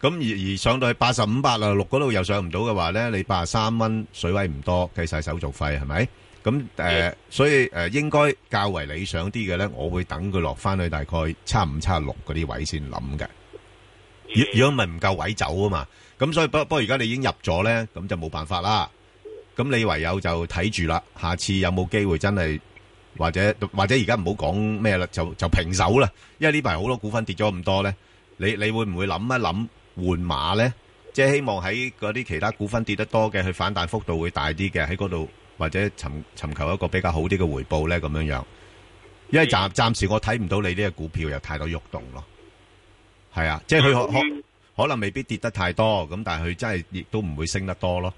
Speaker 4: 咁而而上到去八十五、八啊六嗰度又上唔到嘅話咧，你八十三蚊水位唔多，計晒手續費係咪？咁誒、呃所以誒、呃、應該較為理想啲嘅咧，我會等佢落翻去大概差五、差六嗰啲位先諗嘅。如如果咪唔夠位走啊嘛，咁所以不不過而家你已經入咗咧，咁就冇辦法啦。咁你唯有就睇住啦，下次有冇機會真係或者或者而家唔好講咩啦，就就平手啦。因為呢排好多股份跌咗咁多咧，你你會唔會諗一諗換馬咧？即係希望喺嗰啲其他股份跌得多嘅，佢反彈幅度會大啲嘅，喺嗰度或者尋尋求一個比較好啲嘅回報咧，咁樣樣。因為暫暫時我睇唔到你呢只股票有太多喐動咯。係啊，
Speaker 7: 呃
Speaker 4: 即係佢
Speaker 7: 嗯
Speaker 4: 可可可能未必跌得太多，咁但係佢真係亦都唔會升得多咯。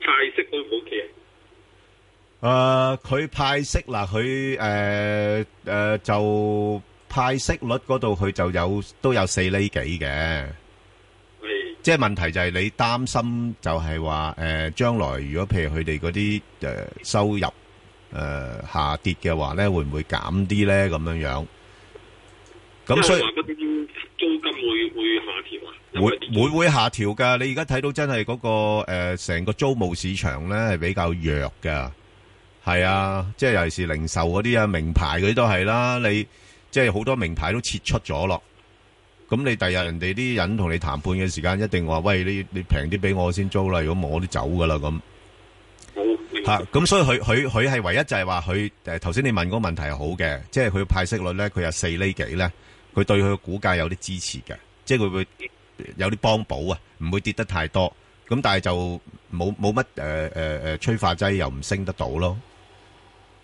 Speaker 7: 派息 O 唔 O K 啊？
Speaker 4: 誒、呃佢派息嗱，佢誒誒就派息率嗰度，佢就有都有四厘幾嘅。
Speaker 7: 係
Speaker 4: 即係問題就係你擔心就係話誒將來如果譬如佢哋嗰啲誒收入誒、呃下跌嘅話咧，會唔會減啲咧咁樣樣？咁所以
Speaker 7: 因為話嗰啲租金會會下調啊？因
Speaker 4: 會
Speaker 7: 為
Speaker 4: 會會下調㗎，你而家睇到真係嗰、個呃成、個租務市場咧係比較弱㗎，係啊，即係尤其是零售嗰啲啊，名牌嗰啲都係啦，你即係好多名牌都撤出咗咯。咁你第日人哋啲人同你談判嘅時間，一定話喂你你平啲俾我先租啦，如果唔係我都走㗎啦咁。
Speaker 7: 好明白
Speaker 4: 吓，咁、所以佢佢佢係唯一就係話佢誒頭先你問嗰個問題係好嘅，即係佢派息率咧，佢有四厘幾咧，佢對佢嘅股價有啲支持嘅，即係佢會有啲幫補啊，唔會跌得太多。咁但係就冇冇乜誒誒誒催化劑又唔升得到咯，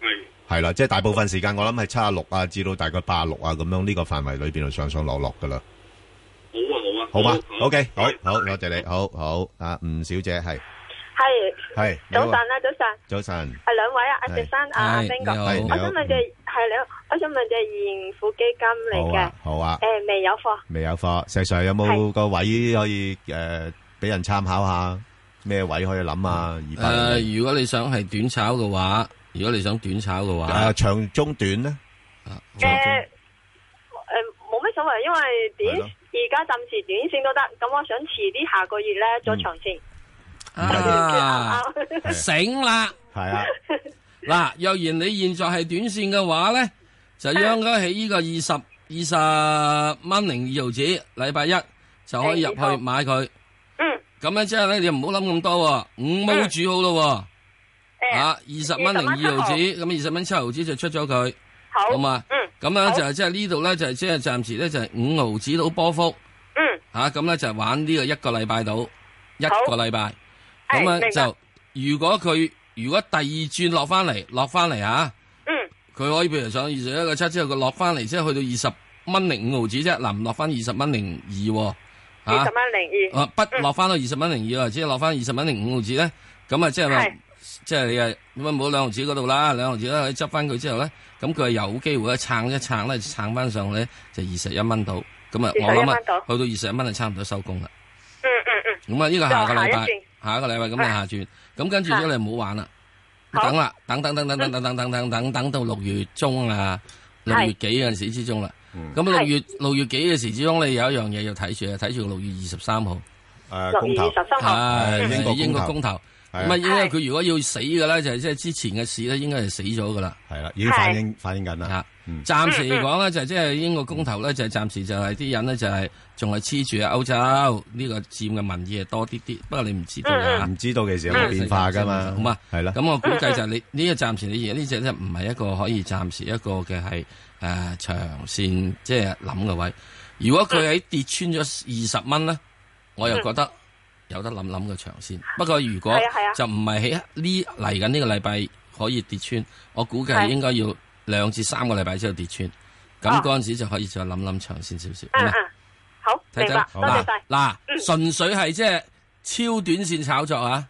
Speaker 7: 係
Speaker 4: 係啦，即係大部分時間我諗係七啊六啊至到大概八啊六啊咁樣呢個範圍裏邊就上上落落噶啦，
Speaker 7: 好啊
Speaker 4: 好
Speaker 7: 好啊，
Speaker 8: 嗯
Speaker 4: 嘛？OK，好
Speaker 7: 係
Speaker 4: 好多謝你，好好啊，吳小姐係
Speaker 8: 系
Speaker 4: 係你
Speaker 8: 早
Speaker 4: 好
Speaker 8: 晨
Speaker 4: 啊
Speaker 8: 啦，早晨，
Speaker 4: 早晨，
Speaker 8: 啊兩位啊，阿
Speaker 4: 係
Speaker 8: 石生啊，阿
Speaker 5: 係
Speaker 8: Ben
Speaker 5: 你
Speaker 8: 哥，
Speaker 5: 好
Speaker 4: 係你
Speaker 8: 我
Speaker 4: 好
Speaker 8: 想問只係兩，我想問只現付基金嚟
Speaker 4: 好
Speaker 8: 嘅
Speaker 4: 啊，好啊。
Speaker 8: 誒未有貨，
Speaker 4: 未有貨，石 Sir 有冇個位可以诶俾、人參考下？咩位可以諗啊？二百零
Speaker 5: 誒，如果你想係短炒嘅話，如果你想短炒嘅
Speaker 4: 啊
Speaker 5: 話，
Speaker 4: 長中短咧，
Speaker 8: 誒誒冇乜所謂，因為
Speaker 4: 係
Speaker 8: 短
Speaker 4: 咯
Speaker 8: 而家暫時短線都得，咁我想遲啲下個月咧
Speaker 4: 嗯
Speaker 8: 做長線，
Speaker 5: 啊，醒啦！
Speaker 4: 係啊，
Speaker 5: 嗱，若然你現在係短線嘅話咧，就應該喺呢個二十二十蚊零二毫子，禮拜一就可以入去買佢。
Speaker 8: 嗯，
Speaker 5: 咁樣之後咧，你就唔好諗咁多喎，五毛煮好咯喎，
Speaker 8: 誒
Speaker 5: 啊，嗯二十蚊零二毫子，咁二十蚊七毫子就出咗佢。
Speaker 8: 好，
Speaker 5: 好
Speaker 4: 啊
Speaker 5: 嘛
Speaker 8: 嗯
Speaker 5: 咁咧就係即係呢度咧就係即係暫時咧就係五毫子到波幅
Speaker 8: 嗯，
Speaker 5: 吓，咁咧就玩呢個一個禮拜到一
Speaker 8: 好
Speaker 5: 個禮拜，
Speaker 8: 係
Speaker 5: 咁
Speaker 8: 明
Speaker 5: 啊
Speaker 8: 白
Speaker 5: 就如果佢如果第二轉落翻嚟落翻嚟吓，
Speaker 8: 嗯，
Speaker 5: 佢可以譬如上二十一個七之後佢落翻嚟，即係去到二十蚊零五毫子啫，嗱唔落翻二十蚊零二喎吓
Speaker 8: 二十蚊零二，
Speaker 5: 啊啊，不落翻到二十蚊零二啊，即係落翻二十蚊零五毫子咧，咁啊即係話
Speaker 8: 係
Speaker 5: 即係你啊，咁啊冇兩毫子嗰度啦，兩毫子啦，你執翻佢之後咧，咁佢係有機會咧撐一撐咧，撐翻上去咧就二十一蚊到，咁啊我諗
Speaker 8: 21蚊
Speaker 5: 啊
Speaker 8: 到
Speaker 5: 去到二十一蚊就差唔多收工啦。
Speaker 8: 嗯嗯嗯，
Speaker 5: 咁啊呢個下個禮
Speaker 8: 就下
Speaker 5: 拜
Speaker 8: 一轉，
Speaker 5: 下一個禮拜咁啊下轉，咁跟住咗你唔好玩啦，
Speaker 8: 好嗯
Speaker 5: 等啦，等等等等等等等等等等到六月中啊，六
Speaker 8: 係
Speaker 5: 月幾嗰陣時之中啦。咁啊六月六月幾嘅時之中，你有一樣嘢要睇住啊，睇住六月二十三號。
Speaker 4: 诶，
Speaker 8: 六
Speaker 4: 公
Speaker 8: 月
Speaker 4: 投啊
Speaker 8: 二十三號，
Speaker 5: 係
Speaker 4: 英國
Speaker 5: 啊英國
Speaker 4: 公
Speaker 5: 公投，咁
Speaker 4: 係
Speaker 5: 啊，
Speaker 4: 啊
Speaker 5: 因為佢如果要死嘅咧，就係即係之前嘅事咧，應該係死咗噶啦
Speaker 4: 系啦，已經反映反映緊啦
Speaker 5: 嚇。
Speaker 4: 嗯
Speaker 5: 暫時嚟講咧，就係即係英國公投咧，就係暫時就係啲人咧就係仲係黐住啊歐洲呢個佔嘅民意係多啲啲，不過你唔知道啊嘅嚇
Speaker 4: 唔知道其時有冇變化㗎嘛？
Speaker 5: 咁啊，
Speaker 4: 係啦，
Speaker 5: 咁我估計就係你呢個暫時你而家呢只咧唔係一個可以暫時一個嘅係誒長線即係諗嘅位。如果佢喺跌穿咗二十蚊咧，我又覺得有得諗諗嘅長線。不過如果
Speaker 8: 係啊係啊
Speaker 5: 就唔係喺呢嚟緊呢個禮拜可以跌穿，我估計
Speaker 8: 係
Speaker 5: 應該要兩至三個禮拜之後跌穿。咁
Speaker 8: 哦
Speaker 5: 嗰陣時就可以再諗諗長線少少。
Speaker 8: 嗯
Speaker 5: 好嗎
Speaker 4: 啊
Speaker 8: 嗯，好，
Speaker 5: 睇
Speaker 8: 明白，
Speaker 5: 睇
Speaker 8: 多謝晒。嗯
Speaker 5: 嗱嗱，純粹係即係超短線炒作啊！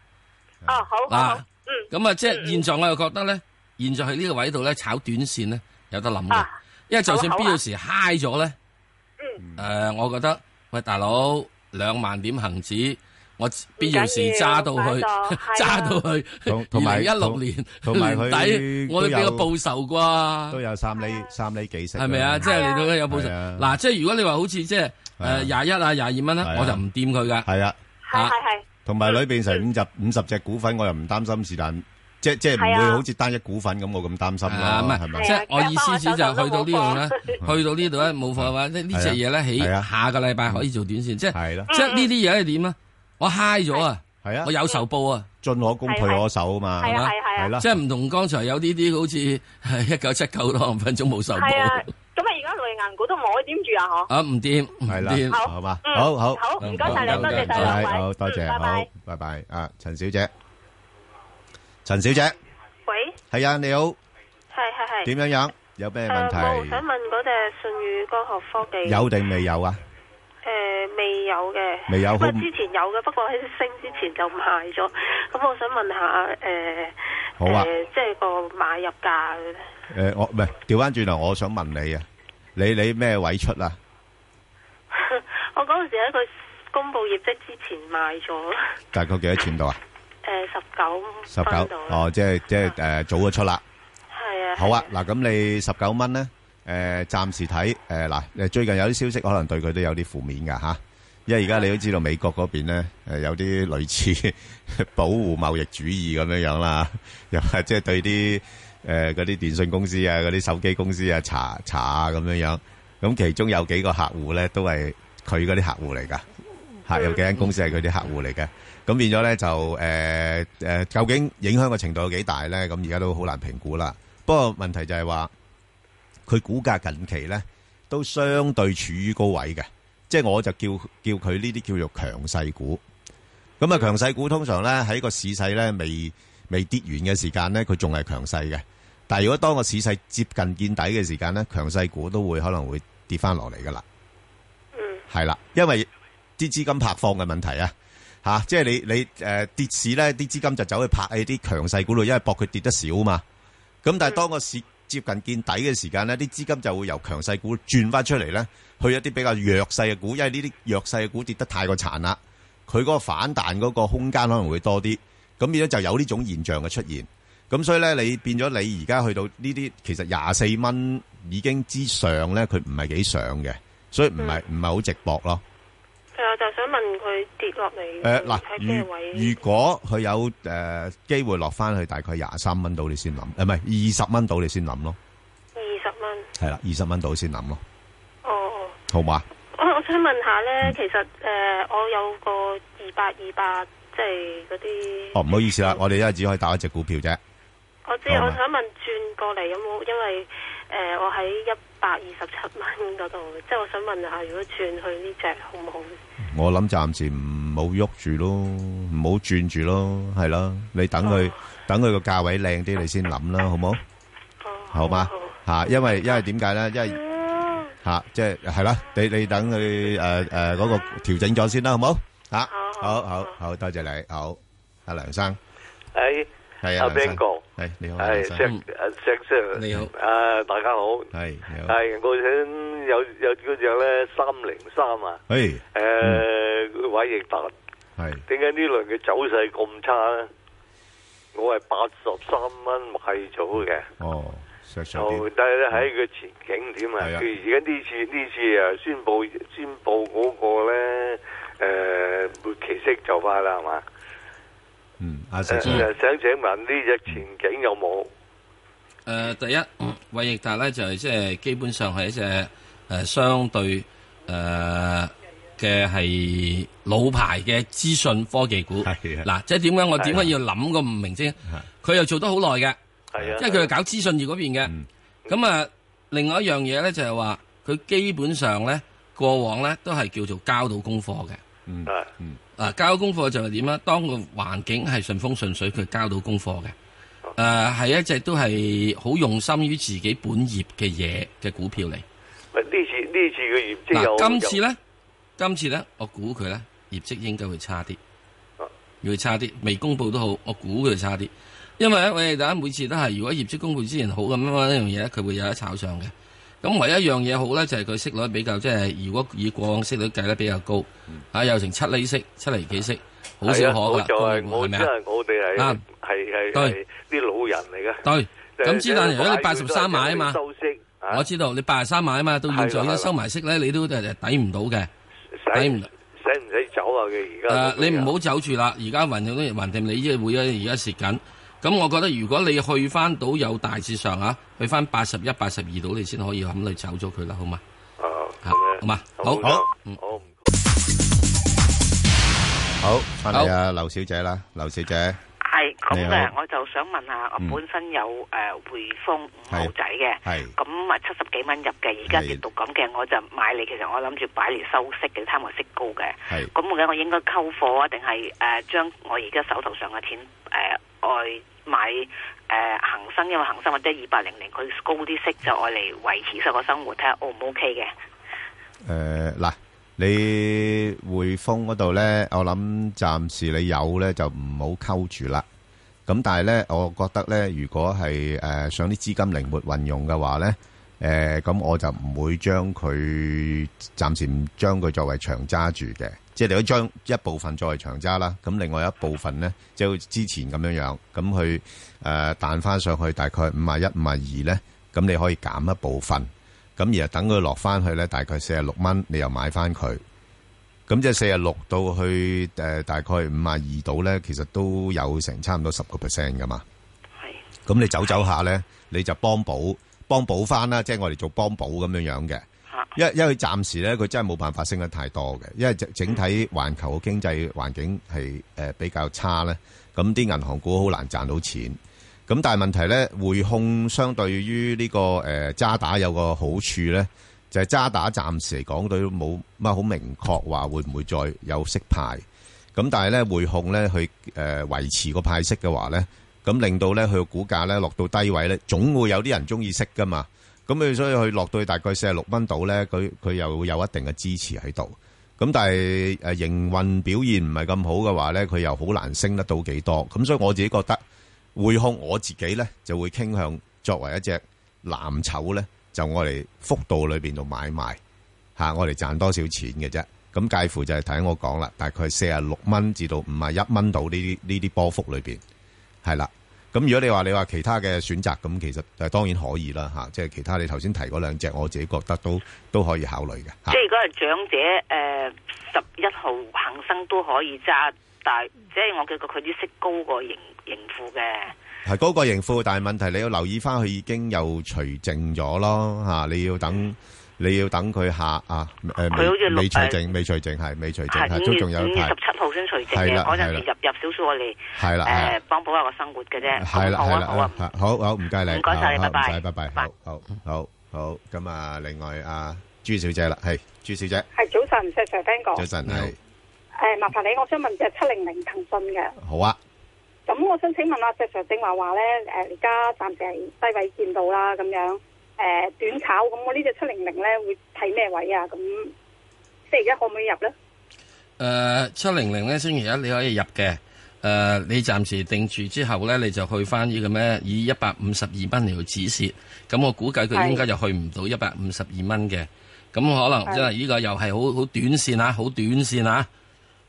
Speaker 8: 哦，好，好
Speaker 5: 嗱
Speaker 8: 好，嗯，
Speaker 5: 咁啊，即係現在我又覺得咧，現在喺呢個位度咧炒短線咧有得諗嘅
Speaker 8: 啊，
Speaker 5: 因為就算
Speaker 8: 好啊嗯
Speaker 5: 必
Speaker 8: 好啊
Speaker 5: 要時 high 咗咧，誒，我覺得喂大佬兩萬點恒指，我必要時揸到
Speaker 8: 唔緊要
Speaker 5: 去
Speaker 8: 買 啊咗，
Speaker 5: 揸到去
Speaker 4: 同同
Speaker 5: 二
Speaker 4: 埋
Speaker 5: 零一六年
Speaker 4: 同埋佢
Speaker 5: 年底，我都俾個報仇
Speaker 4: 都
Speaker 5: 啩，
Speaker 4: 有三厘三厘幾息㗎。
Speaker 5: 係咪啊？即係嚟到有報仇
Speaker 4: 係啊
Speaker 5: 嗱，即係如果你話好似即係
Speaker 4: 係啊
Speaker 5: 誒廿一啊廿二蚊咧
Speaker 4: 係啊，
Speaker 5: 我就唔掂佢噶，
Speaker 4: 係啊，
Speaker 8: 係係係，
Speaker 4: 同埋裏边成五十五十只股份，我又唔擔心是但，即即係唔
Speaker 8: 係
Speaker 4: 會
Speaker 8: 啊
Speaker 4: 好似單一股份咁，我咁擔心
Speaker 5: 啊
Speaker 4: 咯，
Speaker 5: 唔
Speaker 4: 係
Speaker 5: 係，
Speaker 4: 咪
Speaker 8: 啊
Speaker 5: 即？係我意思指就係去到呢度咧，
Speaker 4: 嗯
Speaker 5: 去到呢度咧冇貨嘅話，呢呢只嘢咧
Speaker 4: 係啊
Speaker 5: 喺下個禮拜可以做短線，即係
Speaker 4: 係啦，啊
Speaker 5: 即係呢啲嘢係點啊？我 high 咗啊，
Speaker 4: 係啊
Speaker 5: 我，有仇報啊，
Speaker 4: 進可攻退可守啊嘛，
Speaker 8: 係
Speaker 5: 係
Speaker 8: 啊係
Speaker 5: 嘛
Speaker 8: 啊
Speaker 4: 係
Speaker 8: 係啊，
Speaker 4: 啦，
Speaker 5: 即係唔同剛才有呢啲好似一九七九多五分鐘冇仇
Speaker 8: 係啊
Speaker 5: 報，
Speaker 8: 咁啊而家類銀股都冇可以點住啊，嗬。
Speaker 5: 啊，唔掂唔
Speaker 4: 係啦，
Speaker 5: 掂，
Speaker 4: 好嘛，
Speaker 8: 嗯
Speaker 4: 好好，
Speaker 8: 好，唔該晒
Speaker 5: 好
Speaker 8: 你，多
Speaker 4: Vâng,
Speaker 8: 謝晒兩位，
Speaker 4: 好
Speaker 9: Ừ,
Speaker 4: 多謝，
Speaker 8: 嗯拜拜
Speaker 4: 好，，拜拜，啊，陳小姐，陳小姐，
Speaker 10: 喂，
Speaker 4: 係啊，你好，
Speaker 10: 係係係。
Speaker 4: 點樣樣？有咩問
Speaker 10: 誒我想
Speaker 4: 題？
Speaker 10: 問嗰隻信宇光學科技
Speaker 4: 有定未有啊？
Speaker 10: 誒、未有嘅，
Speaker 4: 未有
Speaker 10: 不
Speaker 4: 好
Speaker 10: 過之前有嘅，不過喺升之前就賣咗。咁我想問下誒誒、
Speaker 4: 好啊
Speaker 10: 呃即係個買入價
Speaker 4: 诶，我唔係調翻轉頭，我想問你啊，你你咩位出啊？
Speaker 10: 我嗰陣時喺佢公布業績之前賣咗
Speaker 4: 大概幾多錢 度啊？
Speaker 10: 誒十九
Speaker 4: 十九
Speaker 10: 度啦，
Speaker 4: 哦，即係即係诶，早咗出啦。
Speaker 10: 係啊，
Speaker 4: 好啊，嗱，咁你十九蚊咧，诶，暫時睇诶嗱，誒最近有啲消息可能對佢都有啲負面噶吓，因為而家你都知道美國嗰邊咧，诶有啲類似 保護貿易主義咁樣樣啦，又係即係對啲诶嗰啲電信公司啊、嗰啲手機公司啊查查啊咁樣樣，咁其中有幾個客戶咧都係佢嗰啲客戶嚟噶。吓，有幾間公司係佢啲客戶嚟嘅，咁變咗咧就誒誒、呃呃究竟影響嘅程度有幾大咧？咁而家都好難評估啦。不過問題就係話，佢股價近期咧都相對處於高位嘅，即係我就叫叫佢呢啲叫做強勢股。咁啊，強勢股通常咧喺個市勢咧未未跌完嘅時間咧，佢仲係強勢嘅。但係如果當個市勢接近見底嘅時間咧，強勢股都會可能會跌翻落嚟噶啦。嗯，係啦，因為啲資金拍放嘅問題啊，嚇、即係你你誒、呃跌市咧，啲資金就走去拍哎喺啲強勢股度，因為搏佢跌得少嘛。咁但係當個市接近見底嘅時間咧，啲資金就會由強勢股轉翻出嚟咧，去一啲比較弱勢嘅股，因為呢啲弱勢嘅股跌得太過殘啦，佢嗰個反彈嗰個空間可能會多啲，咁變咗就有呢種現象嘅出現。咁所以咧，你變咗你而家去到呢啲，其實廿四蚊已經之上咧，佢唔係幾上嘅，所以唔係唔係好直搏咯。
Speaker 10: 係啊，就想問佢跌落嚟
Speaker 6: 嗯
Speaker 4: 誒嗱，
Speaker 10: 喺咩位？
Speaker 4: 如如果佢有誒機會落翻去大概廿三蚊到，你先諗，呃誒唔係二十蚊到，你先諗咯，
Speaker 10: 二十蚊，
Speaker 4: 係啦，二十蚊到先諗咯，
Speaker 10: 哦哦。
Speaker 4: 好嘛？
Speaker 10: 我 我想問下
Speaker 4: 嗯
Speaker 10: 咧，其實誒、呃我有個二百二百，即係嗰啲。
Speaker 4: 哦，唔好意思啦，我哋一係只可以打一隻股票啫，
Speaker 10: 我知，
Speaker 4: 好嘛啊
Speaker 10: 我想問轉過嚟有冇？因為誒、呃我喺一百二十七蚊嗰度，即係我想問下，如果轉去呢只好唔好？
Speaker 4: 我諗暫時唔好喐住咯，唔好轉住咯，係啦，你等佢等佢個價位靚啲，你先諗啦，好冇？
Speaker 10: 哦，
Speaker 4: 好嘛？嚇，因為因為點解咧？因為嚇，即係係啦，你你等佢誒誒嗰個調整咗先啦，好冇？嚇，
Speaker 10: 好好
Speaker 4: 好
Speaker 11: 哎
Speaker 4: 好好，多謝你，好，阿梁生，
Speaker 7: 誒
Speaker 4: 係啊
Speaker 11: 阿
Speaker 4: 梁生
Speaker 11: Ben 哥，
Speaker 4: 係你好
Speaker 11: 係
Speaker 4: 梁生
Speaker 11: 石啊石 Sir，
Speaker 5: 你好
Speaker 11: 啊大家好，
Speaker 4: 係你好
Speaker 11: 係我想有有嗰只咧三零三啊，
Speaker 4: 誒，
Speaker 11: 誒偉易達，
Speaker 4: 係
Speaker 11: 點解呢輪嘅走勢咁差咧？我係八十三蚊買咗嘅，
Speaker 4: 哦，石上
Speaker 11: 就但係咧喺佢前景點啊
Speaker 4: 係？啊
Speaker 11: 佢而家呢次呢次啊宣布宣布嗰個呃咧誒末期息就快啦，係嘛？
Speaker 4: 嗯，阿石
Speaker 11: 誒
Speaker 4: Sir，
Speaker 11: 想請問呢只前景有冇？
Speaker 5: 诶、呃第一，偉易達咧就係即係基本上係一隻诶、呃相對诶嘅係老牌嘅資訊科技股。
Speaker 4: 係啊
Speaker 5: 嗱，即係點解我點解要諗個唔明啫？佢又做得好耐嘅，
Speaker 11: 係啊，
Speaker 5: 即係佢係搞資訊業嗰邊嘅。
Speaker 4: 嗯
Speaker 5: 咁啊、另外一樣嘢咧就係話，佢基本上咧過往咧都係叫做交到功課嘅。
Speaker 4: 嗯
Speaker 11: 啊
Speaker 4: 嗯，
Speaker 5: 啊，交功課就係點啊？當個環境係順風順水，佢交到功課嘅。誒、係一隻都係好用心於自己本業嘅嘢嘅股票嚟。
Speaker 11: 喂呢次呢次嘅業績有
Speaker 5: 嗱，今次咧，今次咧，我估佢咧業績應該會差啲
Speaker 11: 啊，
Speaker 5: 要差啲，未公佈都好，我估佢差啲。因為咧，喂，大家每次都係，如果業績公佈之前好咁樣一樣嘢咧，佢會有得炒上嘅。咁唯一一樣嘢好咧，就係佢息率比較即係，如果以過往息率計得比較高，啊有成七厘息、七厘幾息，
Speaker 11: 有
Speaker 5: 好少可
Speaker 11: 嗯係
Speaker 5: 噶
Speaker 11: 啊
Speaker 5: 啦，
Speaker 11: 就係
Speaker 5: 公佈
Speaker 11: 我
Speaker 5: 係咪
Speaker 11: 真
Speaker 5: 啊？
Speaker 11: 係我哋係
Speaker 5: 啱
Speaker 11: 係係係
Speaker 5: 對
Speaker 11: 啲老人嚟嘅。
Speaker 5: 對，咁之但係如果你八十三買啊嘛，
Speaker 11: 收息啊
Speaker 5: 我知道你八十三買啊嘛，到現在
Speaker 11: 係啦係
Speaker 5: 而家
Speaker 11: 啦
Speaker 5: 收埋息咧，你都誒抵唔到嘅。
Speaker 11: 使
Speaker 5: 抵
Speaker 11: 唔
Speaker 5: 唔
Speaker 11: 使唔使走啊？佢
Speaker 5: 誒、
Speaker 11: 而家
Speaker 5: 你唔好走住啦，而家運定運定，你依會啊，而家蝕緊。咁我覺得如果你去翻到有大致上啊，去翻八十一、八十二度，你先可以諗你走咗佢啦，好嘛？
Speaker 11: 啊
Speaker 5: 嚇
Speaker 11: 咁樣
Speaker 5: 好嘛好
Speaker 11: 好
Speaker 4: 好
Speaker 11: 嗯好唔
Speaker 4: 好，翻嚟啊，劉小姐啦，劉小姐，
Speaker 9: 系咁
Speaker 4: 你
Speaker 9: 嘅
Speaker 4: 好，
Speaker 9: 我就想問下，我
Speaker 4: 嗯
Speaker 9: 本身有诶匯豐五
Speaker 4: 係
Speaker 9: 號仔嘅，
Speaker 4: 係
Speaker 9: 咁啊七十幾蚊入嘅，而家
Speaker 4: 係
Speaker 9: 跌到咁嘅，我就買你。其實我諗住擺嚟收息嘅，貪我息高嘅。
Speaker 4: 係
Speaker 9: 咁我嘅我應該溝貨啊，定係诶將我而家手頭上嘅錢诶外買诶恒生，因為恒生或者二八零零佢高啲息就愛嚟維持實個生活，睇下 O 唔 O K 嘅。
Speaker 4: 誒呃嗱，你匯豐嗰度咧，我諗暫時你有咧就唔好溝住啦。咁但係咧，我覺得咧，如果係誒想啲資金靈活運用嘅話咧，誒咁我就唔會將佢暫時唔將佢作為長揸住嘅，即係你可以將一部分作為長揸啦，咁另外一部分咧，即係好似之前咁樣樣，咁去誒彈翻上去大概五啊一、五啊二咧，咁你可以減一部分，咁然後等佢落翻去咧，大概四啊六蚊，你又買翻佢。咁即係四十六到去誒、呃大概五啊二度咧，其實都有成差唔多十個 percent 噶嘛。咁你走走下咧，你就幫補幫補翻啦，即係我哋做幫補咁樣樣嘅。因因為暫時咧，佢真係冇辦法升得太多嘅，因為整整體環球嘅經濟環境係誒、呃比較差咧，咁啲銀行股好難賺到錢。咁但係問題咧，匯控相對於呢、個誒渣打有個好處咧，就係、渣打暫時嚟講都冇乜好明確話會唔會再有息派。咁但係咧匯控咧去誒維持個派息嘅話咧，咁令到咧佢個股價咧落到低位咧，總會有啲人中意息噶嘛。咁佢所以佢落到去大概四十六蚊度咧，佢佢又會有一定嘅支持喺度。咁但係誒營運表現唔係咁好嘅話咧，佢又好難升得到幾多。咁所以我自己覺得匯控我自己咧就會傾向作為一隻藍籌咧，就我嚟幅度裏邊度買賣。吓、我哋賺多少錢嘅啫。咁介乎就係睇我講啦，大概四啊六蚊至到五啊一蚊度呢啲呢啲波幅裏邊，係啦。咁如果你話你話其他嘅選擇，咁其實誒當然可以啦吓、即係其他你頭先提嗰兩隻，我自己覺得都都可以考慮嘅吓
Speaker 9: 即。係如果係長者誒十一號恒生都可以揸，但係即係我覺得佢啲息高過盈盈富嘅。
Speaker 4: 係嗰個盈富，但係問題你要留意翻，佢已經又除淨咗咯吓、你要等你要等佢下啊誒、
Speaker 9: 嗯佢好似
Speaker 4: 未
Speaker 9: 六
Speaker 4: 未除淨，未除淨係未除淨
Speaker 9: 係
Speaker 4: 係
Speaker 9: 五
Speaker 4: 都
Speaker 9: 月
Speaker 4: 仲有
Speaker 9: 五
Speaker 4: 一
Speaker 9: 月
Speaker 4: 排
Speaker 9: 十七號先除夕
Speaker 4: 係
Speaker 9: 嘅，
Speaker 4: 啦
Speaker 9: 嗰陣
Speaker 4: 係啦
Speaker 9: 時入入少少我哋
Speaker 4: 係啦係
Speaker 9: 誒
Speaker 4: 啦
Speaker 9: 幫補下個生活嘅啫。
Speaker 4: 係啦，
Speaker 9: 好
Speaker 4: 係
Speaker 9: 啊
Speaker 4: 啦，
Speaker 9: 好啊，
Speaker 4: 好好好，唔該你，
Speaker 9: 唔該晒你
Speaker 4: 好好
Speaker 9: 拜拜
Speaker 4: 唔使拜拜，好好好好，咁啊，另外啊，朱小姐啦，係朱小姐，
Speaker 12: 系早晨，石 Sir Ben 哥，
Speaker 4: 早晨，係
Speaker 12: 诶，麻煩你，我想問只七零零騰訊嘅，
Speaker 4: 好啊，
Speaker 12: 咁我想請問啊，石 Sir 正話話咧，诶，而家暫時係低位見到啦，咁樣诶、誒短炒，咁我呢只七零零咧會睇咩位啊？咁即係而家可唔可以入咧？
Speaker 5: 呃誒七零零咧，星期一你可以入嘅。誒、呃你暫時定住之後咧，你就去翻呢個咩？以一百五十二蚊嚟到止蝕，咁我估計佢應該就去唔到一百五十二蚊嘅。咁可能
Speaker 13: 係
Speaker 5: 真係呢個又係好好短線啊，好短線啊。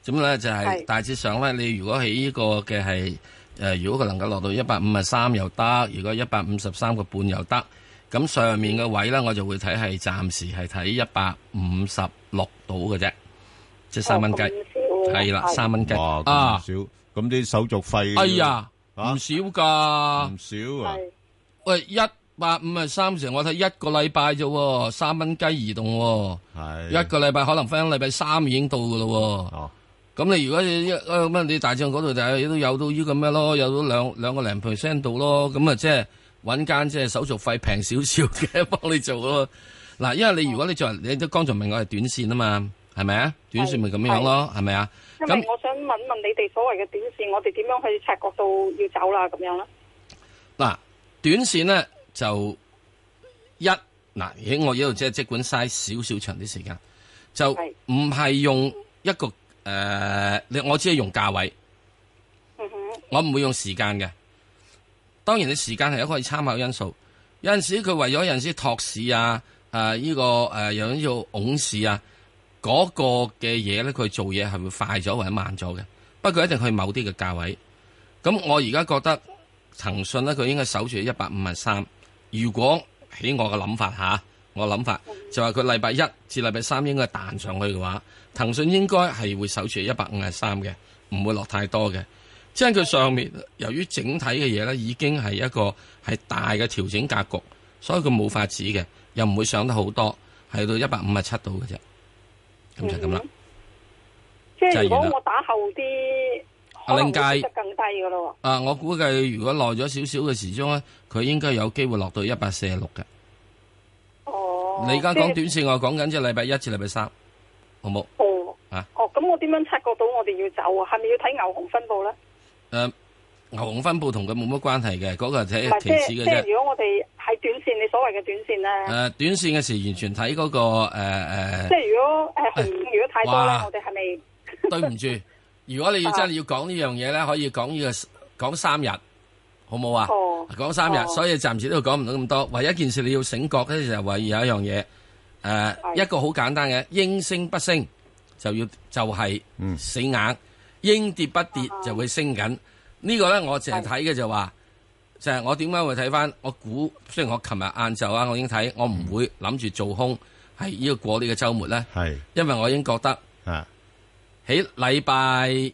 Speaker 5: 咁咧就係、
Speaker 13: 係
Speaker 5: 大致上咧，你如果喺呢個嘅係誒，如果佢能夠落到一百五十三又得，如果一百五十三個半又得。咁上面嘅位咧，我就會睇係暫時係睇一百五十六到嘅啫，即係三蚊雞，係啦，三蚊雞
Speaker 4: 哇，咁
Speaker 5: 啊！
Speaker 4: 少，咁啲手續費
Speaker 5: 哎呀，
Speaker 4: 啊？
Speaker 5: 唔少噶，
Speaker 4: 唔少啊！
Speaker 5: 喂，一百五啊三成，我睇一個禮拜啫喎，三蚊雞移動喎，一個禮拜可能分禮拜三已經到噶咯
Speaker 4: 哦
Speaker 5: 喎。咁你如果你一呃咁啊你大眾嗰度就係都有到呢個咩咯，有到兩兩個零 percent 度咯，咁啊即係揾間即係手續費平少少嘅幫你做咯。嗱，因為你如果你作為你都剛才問我係短線啊嘛，係咪啊？短線咪咁樣咯，係咪啊？
Speaker 12: 因
Speaker 5: 咁
Speaker 12: 為我想問問你哋所謂嘅短線，我哋點樣去察覺到要走啦咁樣啦？
Speaker 5: 嗱，短線咧就一嗱喺我呢度即係即管嘥少少長啲時間，就唔係用一個誒，你、我只係用價位，我唔會用時間嘅。當然你時間係一個參考因素，有陣時佢為咗有陣時托市啊，誒、呢、個誒、有陣時要拱市啊，嗰、個嘅嘢咧，佢做嘢係會快咗或者慢咗嘅，不過一定去某啲嘅價位。咁我而家覺得騰訊咧，佢應該守住一百五十三。如果喺我嘅諗法下，我諗法就話佢禮拜一至禮拜三應該彈上去嘅話，騰訊應該係會守住一百五十三嘅，唔會落太多嘅。即係佢上面由於整體嘅嘢咧，已經係一個係大嘅調整格局，所以佢冇法子嘅，又唔會上得好多，係到一百五十七度嘅啫。咁就咁啦。
Speaker 12: 嗯即
Speaker 5: 就係
Speaker 12: 係如果
Speaker 5: 完啦
Speaker 12: 我打後啲，可
Speaker 5: 阿
Speaker 12: 能
Speaker 5: 令
Speaker 12: 會跌
Speaker 5: 介
Speaker 12: 得更低噶咯
Speaker 5: 啊，我估計如果耐咗少少嘅時鐘咧，佢應該有機會落到一百四十六嘅。哦你而家講短線，我講緊即係禮拜一至禮拜三，好冇？
Speaker 12: 喎。哦，
Speaker 5: 啊，
Speaker 12: 哦，咁我點樣察覺到我哋要走啊？係咪要睇牛熊分布咧？
Speaker 5: 誒、牛熊分布同佢冇乜關係嘅，嗰、個係
Speaker 12: 唔
Speaker 5: 睇
Speaker 12: 係即
Speaker 5: 期指
Speaker 12: 係
Speaker 5: 嘅
Speaker 12: 即
Speaker 5: 啫
Speaker 12: 係，。如果我哋係短線，你所謂嘅短線
Speaker 5: 誒、
Speaker 12: 咧，
Speaker 5: 短線嘅時完全睇嗰、個誒、呃
Speaker 12: 即係如果誒紅如果太多咧，
Speaker 5: 哇
Speaker 12: 我哋係咪？
Speaker 5: 對 唔住，如果你要
Speaker 12: 啊
Speaker 5: 真係要講呢樣嘢咧，可以講呢、個講三日，好冇啊？
Speaker 12: 哦
Speaker 5: 講三日，
Speaker 12: 哦
Speaker 5: 所以暫時都講唔到咁多。唯一件事你要醒覺咧，就係話有一樣嘢，誒、呃一個好簡單嘅，應升不升就要就係、死硬，應跌不跌
Speaker 12: 啊
Speaker 5: 就會升緊。呢個咧我淨係睇嘅就話。就係我點解會睇翻？我估雖然我琴日晏晝啊，我已經睇，我唔會諗住做空，係呢個過呢個週末咧。
Speaker 4: 係，
Speaker 5: 因為我已經覺得
Speaker 4: 啊，
Speaker 5: 喺禮拜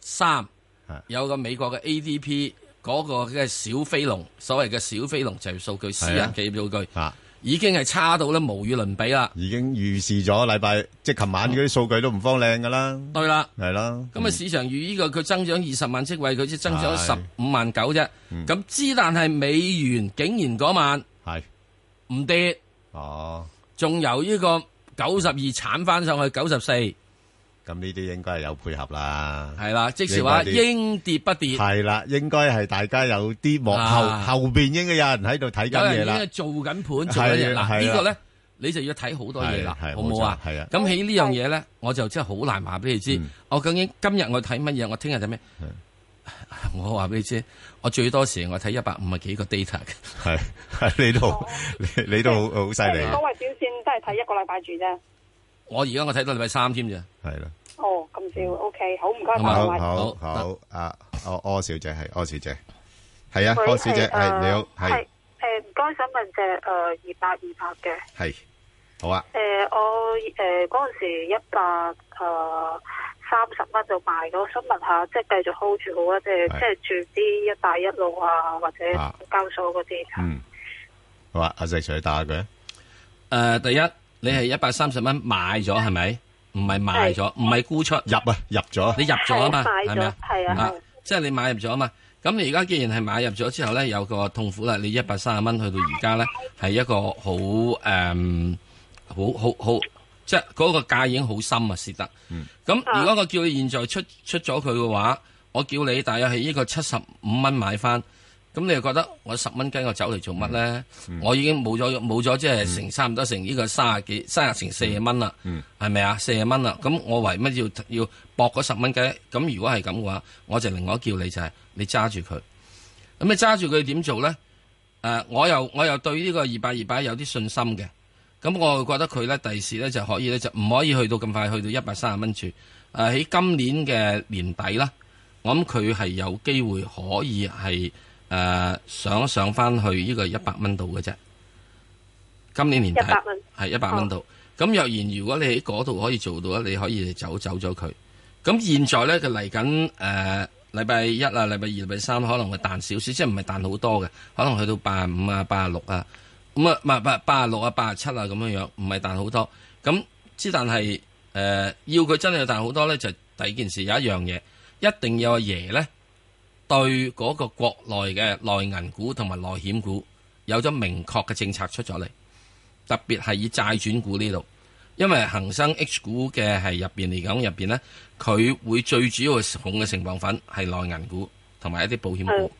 Speaker 5: 三
Speaker 4: 啊
Speaker 5: 有個美國嘅 ADP 嗰個嘅小飛龍，所謂嘅小飛龍就係數據私
Speaker 4: 係啊
Speaker 5: 人企業數據，已經係差到咧無與倫比啦。
Speaker 4: 已經預示咗禮拜-即係琴晚嗰啲數據都唔方靚㗎啦。
Speaker 5: 對啦。
Speaker 4: 係啦，
Speaker 5: 咁啊，市場預呢個佢增長二十萬職位，佢只增長十
Speaker 4: 嗯係嗯
Speaker 5: 五萬九啫。咁之但係美元竟然嗰晚
Speaker 4: 係
Speaker 5: 唔跌，
Speaker 4: 哦，
Speaker 5: 仲由呢個九十二鏟翻上去九十四，
Speaker 4: 咁呢啲應該係有配合啦。
Speaker 5: 即是話
Speaker 4: 你話啲-
Speaker 5: 應跌不跌。
Speaker 4: 係啦，應該係大家有啲幕後-
Speaker 5: 啊。有人已
Speaker 4: 後邊應該有人喺度睇緊嘢啦。
Speaker 5: 經係做緊盤做緊嘢，
Speaker 4: 係啦
Speaker 5: 嗱
Speaker 4: 係
Speaker 5: 呢
Speaker 4: 啦
Speaker 5: 個咧你就要睇好多嘢啦，
Speaker 4: 係係
Speaker 5: 好唔好啊？
Speaker 4: 冇錯係啊嗯
Speaker 5: 咁喺呢樣嘢咧，我就真係好難話俾你知。我究竟今日我睇乜嘢，我聽日睇咩？我話俾你知，我最多時我睇一百五十幾個 data 嘅。
Speaker 4: 係 係你都你你都好好犀
Speaker 12: 即
Speaker 4: 利
Speaker 12: 係，所謂短線都係睇一個禮拜住啫。
Speaker 5: 我而家我睇到禮拜三添咋。
Speaker 4: 係啦，
Speaker 12: 哦，咁少，OK，好，唔該晒，
Speaker 4: 好
Speaker 12: 兩位
Speaker 4: 好好啊，柯柯小姐係柯小姐，係啊，
Speaker 14: 喂
Speaker 4: 柯小姐
Speaker 14: 係
Speaker 4: 係
Speaker 14: 誒
Speaker 4: 你好，係
Speaker 14: 誒唔該，想問隻誒二百二百嘅
Speaker 4: 係好啊，
Speaker 14: 誒，我誒嗰陣時一百誒三十蚊就買咗，想問下即係繼續 hold 住好啊，即係即係住啲一帶一路啊，或者
Speaker 4: 啊
Speaker 14: 交所嗰啲。
Speaker 4: 嗯，好啊，阿石 Sir 打佢啊，
Speaker 5: 誒，第一你係一百三十蚊買咗係咪？唔係賣咗，唔係沽出，
Speaker 4: 入啊，入咗，
Speaker 5: 你入咗啊嘛，
Speaker 14: 係買咗
Speaker 5: 係咪啊？
Speaker 14: 係啊係
Speaker 5: 即係你買入咗啊嘛。咁你而家既然係買入咗之後咧，有個痛苦啦。你一百三十蚊去到而家咧，係一個好誒、嗯好好好，即係嗰個價已經好深啊，蝕得。咁、
Speaker 14: 啊
Speaker 5: 如果我叫你現在出出咗佢嘅話，我叫你大約係呢個七十五蚊買翻，咁你又覺得我十蚊雞我走嚟做乜咧？我已經冇咗冇咗即係成差唔多成呢個三十幾三十成四十蚊啦，係咪啊？四十蚊啦，咁我為乜要要搏嗰十蚊雞？咁如果係咁嘅話，我就另外叫你就係、你揸住佢。咁你揸住佢點做咧？誒、我又我又對呢個二百二百有啲信心嘅。咁我覺得佢咧第時咧就可以咧就唔可以去到咁快去到一百三十蚊處。誒、喺今年嘅年底啦，我諗佢係有機會可以係誒、上呃一上翻去呢個一百蚊度嘅啫。今年年底
Speaker 10: 100蚊
Speaker 5: 係一百蚊哦度。咁若然如果你喺嗰度可以做到咧，你可以走走咗佢。咁現在咧，佢嚟緊誒禮拜一啊、禮拜二、禮拜三可能會彈少少，即係唔係彈好多嘅，可能去到八五啊、八六啊，咁啊唔係八八六啊、八七啊咁樣樣，唔係彈好多。咁之但係誒、呃要佢真係彈好多咧，就第二件事有一樣嘢，一定要阿爺咧對嗰個國內嘅內銀股同埋內險股有咗明確嘅政策出咗嚟，特別係以債轉股呢度。因為恒生 H 股嘅係入邊嚟講，入邊咧佢會最主要嘅重嘅成分粉係內銀股同埋一啲保險股。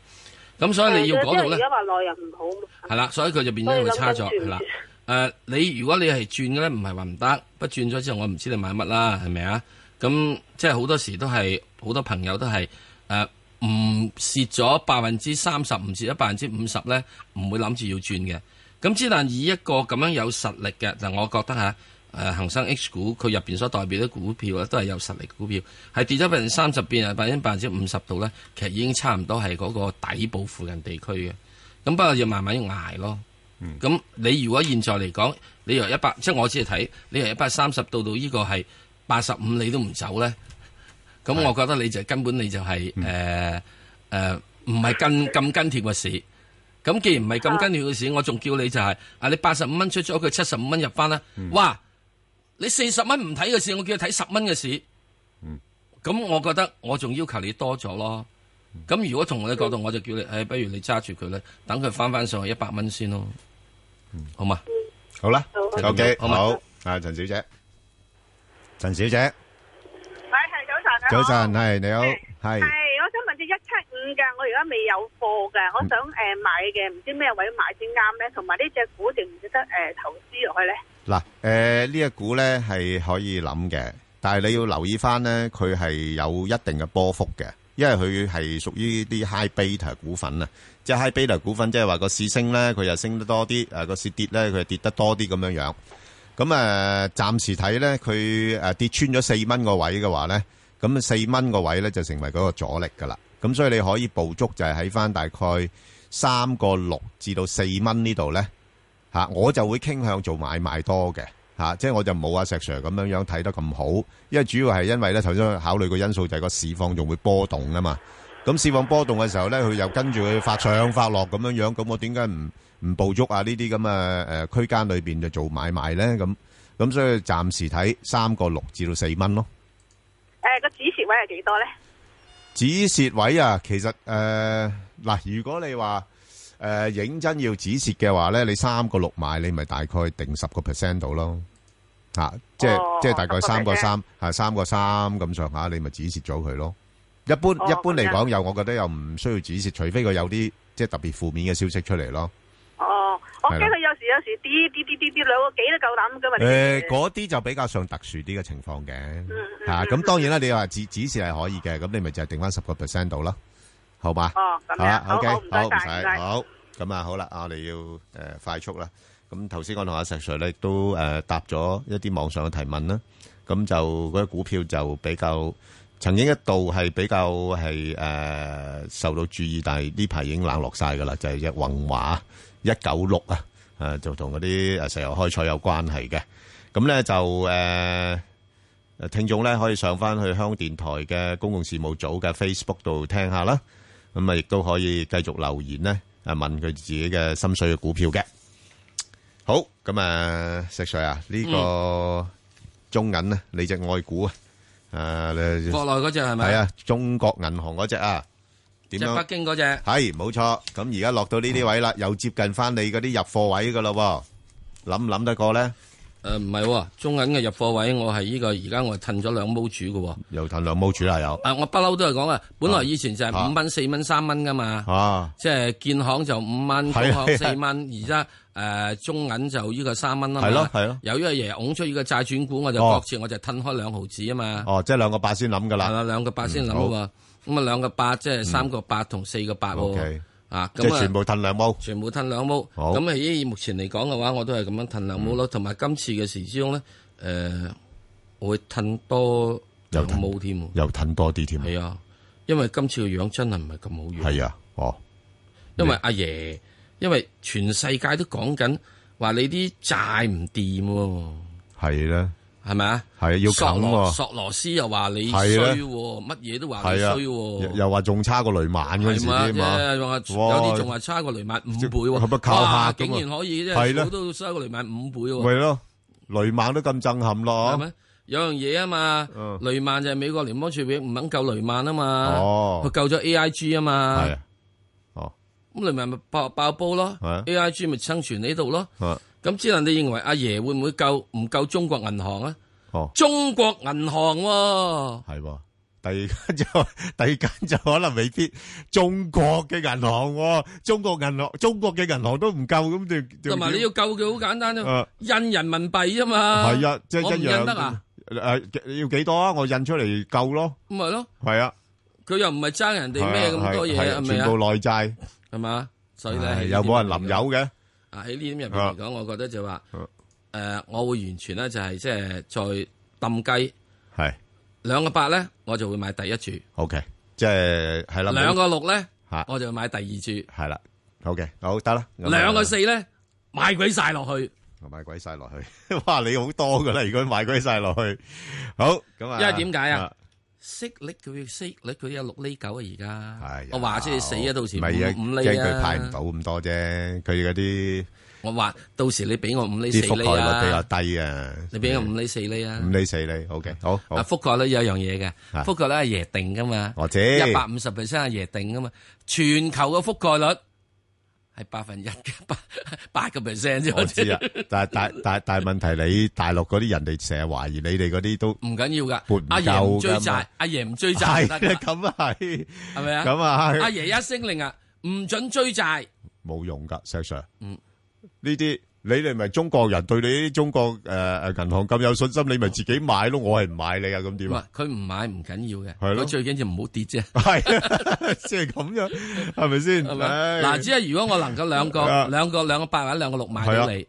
Speaker 5: 咁所以你要嗰度咧
Speaker 10: 而，家話內人唔好嘛，
Speaker 5: 係啦，所以佢就變咗會差咗係啦。誒、你如果你係轉嘅咧，唔係話唔得，不轉咗之後，我唔知你買乜啦，係咪啊？咁即係好多時都係好多朋友都係誒唔蝕咗百分之三十，唔蝕咗百分之五十咧，唔會諗住要轉嘅。咁之但以一個咁樣有實力嘅，嗱，我覺得嚇。誒恒生 H 股佢入邊所代表啲股票咧，都係有實力嘅股票，係跌咗百分之三十，變係百分之百分之五十度咧，其實已經差唔多係嗰個底部附近地區嘅。咁不過要慢慢捱咯。咁、你如果現在嚟講，你由一百，即係我只係睇，你由一百三十到到呢個係八十五，你都唔走咧，咁我覺得你就根本你就係誒誒唔係跟咁跟貼嘅市。咁既然唔係咁跟貼嘅市，我仲叫你就係、啊，你八十五蚊出咗佢七十五蚊入翻啦，哇！你四十蚊唔睇嘅市，我叫你睇十蚊嘅市。咁、我覺得我仲要求你多咗咯。咁如果從我嘅角度，我就叫你，誒、不如你揸住佢咧，等佢翻翻上去一百蚊先咯，好嘛？
Speaker 4: 好啦
Speaker 5: 好
Speaker 4: ，OK，
Speaker 5: 好嘛
Speaker 4: 好，啊，陳小姐，陳小姐，
Speaker 13: 係早晨啊，
Speaker 4: 早晨，係你好，係
Speaker 13: 係，我想問只一七五嘅，我而家未有貨嘅，我想诶買嘅，唔知咩位買先啱咧？同埋呢只股值唔值得诶投資落去咧？
Speaker 4: 嗱，诶呢一股咧係可以諗嘅，但係你要留意翻咧，佢係有一定嘅波幅嘅，因為佢係屬於啲 high beta 股份啊，即係 high beta 股份，即係話個市升咧，佢又升得多啲，呃诶個市跌咧，佢又跌得多啲咁樣樣。咁誒，暫時睇咧，佢誒跌穿咗四蚊個位嘅話咧，咁四蚊個位咧就成為嗰個阻力噶啦。咁所以你可以捕捉就係喺翻大概三個六至到四蚊呢度咧，嚇、我就會傾向做買賣多嘅嚇、即係我就冇阿石 Sir 咁樣樣睇得咁好，因為主要係因為咧頭先考慮個因素就係個市況仲會波動啊嘛。咁市況波動嘅時候咧，佢又跟住佢發上發落咁樣樣，咁我點解唔唔捕捉啊？呢啲咁嘅誒區間裏邊就做買賣咧？咁咁所以暫時睇三個六至到四蚊咯。
Speaker 13: 诶個止蝕位係幾多咧？
Speaker 4: 止蝕位啊，其實誒嗱、呃如果你話誒、認真要止蝕嘅話咧，你三個六買，你咪大概定十個 percent 到咯。嚇、即係、
Speaker 15: 哦
Speaker 4: 即係大概三個三
Speaker 15: 10%
Speaker 4: 嚇，三個三咁上下，你咪止蝕咗佢咯。一般、
Speaker 15: 哦
Speaker 4: 一般嚟
Speaker 13: 咁
Speaker 4: 講，又我覺得又唔需要止蝕，除非佢有啲即係特別負面嘅消息出嚟咯。
Speaker 13: 哦，我
Speaker 4: 係
Speaker 13: 驚
Speaker 4: 啦
Speaker 13: 佢有時有時跌跌跌跌跌兩個幾都夠膽噶嘛？
Speaker 4: 诶，嗰啲就比較上特殊啲嘅情況嘅，
Speaker 15: 嗯
Speaker 4: 吓咁、當然啦，你話指指示係可以嘅，咁你咪就係定翻十個 percent 度啦，好嘛？
Speaker 13: 哦咁樣
Speaker 4: 好啦
Speaker 13: 好
Speaker 4: 啊，OK，
Speaker 13: 好唔該
Speaker 4: 好唔
Speaker 13: 晒唔
Speaker 4: 使，
Speaker 13: 該
Speaker 4: 好咁啊，好啦，我哋要诶、呃快速啦。咁頭先我同阿石 Sir 咧都诶、呃答咗一啲網上嘅提問啦，咁就嗰啲股票就比較曾經一度係比較係诶、呃受到注意，但係呢排已經冷落晒噶啦，就係只宏華一九六啊，诶、就同嗰啲诶石油開採有關係嘅。咁咧就誒、呃、聽眾咧可以上翻去香港電台嘅公共事務組嘅 Facebook 度聽下啦。咁啊，亦都可以繼續留言咧，啊問佢自己嘅心水嘅股票嘅。好，咁啊，石 Sir 啊，呢、個中銀咧，你只愛股啊，誒、你
Speaker 5: 國內嗰隻係咪
Speaker 4: 係啊，中國銀行嗰只啊，點
Speaker 5: 即係
Speaker 4: 樣
Speaker 5: 北？京嗰只。
Speaker 4: 系冇错，咁而家落到呢啲位啦，又接近翻你嗰啲入貨位噶咯，諗唔諗得過咧？
Speaker 5: 誒、誒呃唔係喎，中銀嘅入貨位我係呢個而家我係褪咗兩毛主嘅喎。
Speaker 4: 又騰兩毛主啦，有
Speaker 5: 啊，我不嬲都係講啊，本來以前就係五蚊、四蚊、三蚊噶嘛。
Speaker 4: 啊，
Speaker 5: 即係建行就五蚊，
Speaker 4: 係
Speaker 5: 工
Speaker 4: 啊
Speaker 5: 行四蚊，而家誒中銀就呢個三蚊啦啊嘛。
Speaker 4: 係咯係咯
Speaker 5: 有呢個爺拱出呢個債轉股，我就
Speaker 4: 哦
Speaker 5: 各自我就褪開兩毫子啊嘛。
Speaker 4: 哦，即係兩個八先諗㗎啦，
Speaker 5: 係啦，兩個八先諗喎。咁
Speaker 4: 嗯好嗯
Speaker 5: 啊，兩個八即係三個八同四個八喎
Speaker 4: OK。
Speaker 5: 啊，
Speaker 4: 即
Speaker 5: 咁
Speaker 4: 係
Speaker 5: 啊
Speaker 4: 全。部褪兩毛，
Speaker 5: 全部褪兩毛。
Speaker 4: 好嗯
Speaker 5: 咁喺以目前嚟講嘅話，我都係咁樣褪兩毛咯。同埋今次嘅時之中咧，誒、我會褪多兩毛添喎，
Speaker 4: 又褪多啲添。
Speaker 5: 係啊，因為今次嘅樣真係唔係咁好樣。
Speaker 4: 嗯係啊，哦，
Speaker 5: 因為阿爺，因為全世界都講緊話你啲債唔掂喎。
Speaker 4: 係啦，
Speaker 5: 係咪啊？
Speaker 4: 係要
Speaker 5: 索
Speaker 4: 冚
Speaker 5: 羅
Speaker 4: 喎，
Speaker 5: 索羅斯又話你衰
Speaker 4: 係啊
Speaker 5: 喎，乜嘢都話你
Speaker 4: 係啊
Speaker 5: 衰，喎
Speaker 4: 又。又話仲差過雷曼嗰陣
Speaker 5: 係
Speaker 4: 時
Speaker 5: 嘛，
Speaker 4: 添
Speaker 5: 即
Speaker 4: 嘛，
Speaker 5: 係話
Speaker 4: 哇
Speaker 5: 有啲仲話差過雷曼五倍喎，
Speaker 4: 係咪靠
Speaker 5: 哇
Speaker 4: 下咁
Speaker 5: 竟
Speaker 4: 啊
Speaker 5: 然可以即
Speaker 4: 係
Speaker 5: 係
Speaker 4: 啦
Speaker 5: 好都差過雷曼五倍喎，
Speaker 4: 咪咯，雷曼都咁震撼咯，
Speaker 5: 係咪？有樣嘢啊嘛，雷曼就係美國聯邦儲備唔肯救雷曼啊嘛，
Speaker 4: 嗯哦
Speaker 5: 佢救咗 AIG 啊嘛
Speaker 4: 係啊，哦，
Speaker 5: 咁雷曼咪爆爆煲咯
Speaker 4: 係啊
Speaker 5: ，AIG 咪生存呢度咯，
Speaker 4: 啊
Speaker 5: 咁只能你認為阿爺會唔會救唔救中國銀行啊？
Speaker 4: 哦，
Speaker 5: 中國銀行喎，
Speaker 4: 係喎。第二間就 第二間就可能未必中國嘅銀行喎，中國銀行中國嘅銀行都唔夠咁，仲仲
Speaker 5: 同埋你
Speaker 4: 點
Speaker 5: 要救佢好簡單啫
Speaker 4: 啊，
Speaker 5: 印人民幣啫嘛，
Speaker 4: 係啊，即係
Speaker 5: 我唔
Speaker 4: 一樣
Speaker 5: 印得啊，
Speaker 4: 誒，要幾多啊？我印出嚟夠咯，
Speaker 5: 咁咪咯。
Speaker 4: 係啊，
Speaker 5: 佢又唔係爭人哋咩咁多嘢，
Speaker 4: 係啊係啊
Speaker 5: 係咪
Speaker 4: 全
Speaker 5: 啊
Speaker 4: 部？內債
Speaker 5: 係嘛？所以
Speaker 4: 係
Speaker 5: 咧，
Speaker 4: 又冇人淋油嘅，
Speaker 5: 啊！喺呢點入邊嚟講，我覺得就話
Speaker 4: 啊
Speaker 5: 誒，我會完全咧就係即係再抌雞
Speaker 4: 係
Speaker 5: 兩個八咧，我就會買第一注；
Speaker 4: OK，即係係啦，
Speaker 5: 兩個六咧
Speaker 4: 嚇，
Speaker 5: 我就買第二注；
Speaker 4: 係啦，OK，好得啦，咁啊
Speaker 5: 兩個四咧，買鬼晒落去，
Speaker 4: 我買鬼晒落去， 哇！你好多噶啦，如果買鬼晒落去，好咁啊，
Speaker 5: 因為點解啊？息率佢息率佢有六厘九啊，而家我話知你死啊，到時
Speaker 4: 唔係啊，
Speaker 5: 五五厘
Speaker 4: 驚佢派
Speaker 5: 啊
Speaker 4: 唔，到咁多啫，佢嗰啲
Speaker 5: 我話到時你俾我五厘四
Speaker 4: 啲覆
Speaker 5: 厘
Speaker 4: 蓋率比較
Speaker 5: 啊，
Speaker 4: 低啊，
Speaker 5: 你俾我五厘四厘啊
Speaker 4: 五。厘四厘，OK，好，好
Speaker 5: 啊，覆蓋率有一樣嘢嘅，
Speaker 4: 啊
Speaker 5: 覆蓋率係爺定噶嘛，
Speaker 4: 我知
Speaker 5: 一百五十 percent 係爺定噶嘛，全球嘅覆蓋率係百分一嘅八八個 percent 啫。
Speaker 4: 我知啊，但係但但但係問題，你大陸嗰啲人哋成日懷疑你哋嗰啲都
Speaker 5: 唔緊要噶
Speaker 4: 撥唔，
Speaker 5: 阿爺唔
Speaker 4: 夠
Speaker 5: 追
Speaker 4: 㗎
Speaker 5: 債
Speaker 4: 嘛，，
Speaker 5: 阿爺唔追債唔得
Speaker 4: 係啊
Speaker 5: 㗎，
Speaker 4: 咁啊係，
Speaker 5: 係咪啊？
Speaker 4: 咁啊係
Speaker 5: 阿爺一聲令啊，唔准追債，
Speaker 4: 冇用噶石 Sir。
Speaker 5: 嗯，
Speaker 4: 呢啲你哋咪中國人對你啲中國诶诶银行咁有信心，你咪自己買咯，我係唔買你啊，咁點
Speaker 5: 唔係
Speaker 4: 啊？
Speaker 5: 佢唔買唔緊要嘅，
Speaker 4: 係咯
Speaker 5: 佢最緊要唔好跌啫。
Speaker 4: 係即係咁樣，係咪先？
Speaker 5: 係咪
Speaker 4: 唉
Speaker 5: 嗱，只係如果我能夠兩個
Speaker 4: 啊
Speaker 5: 兩個兩個八或者兩個六買到
Speaker 4: 係
Speaker 5: 你，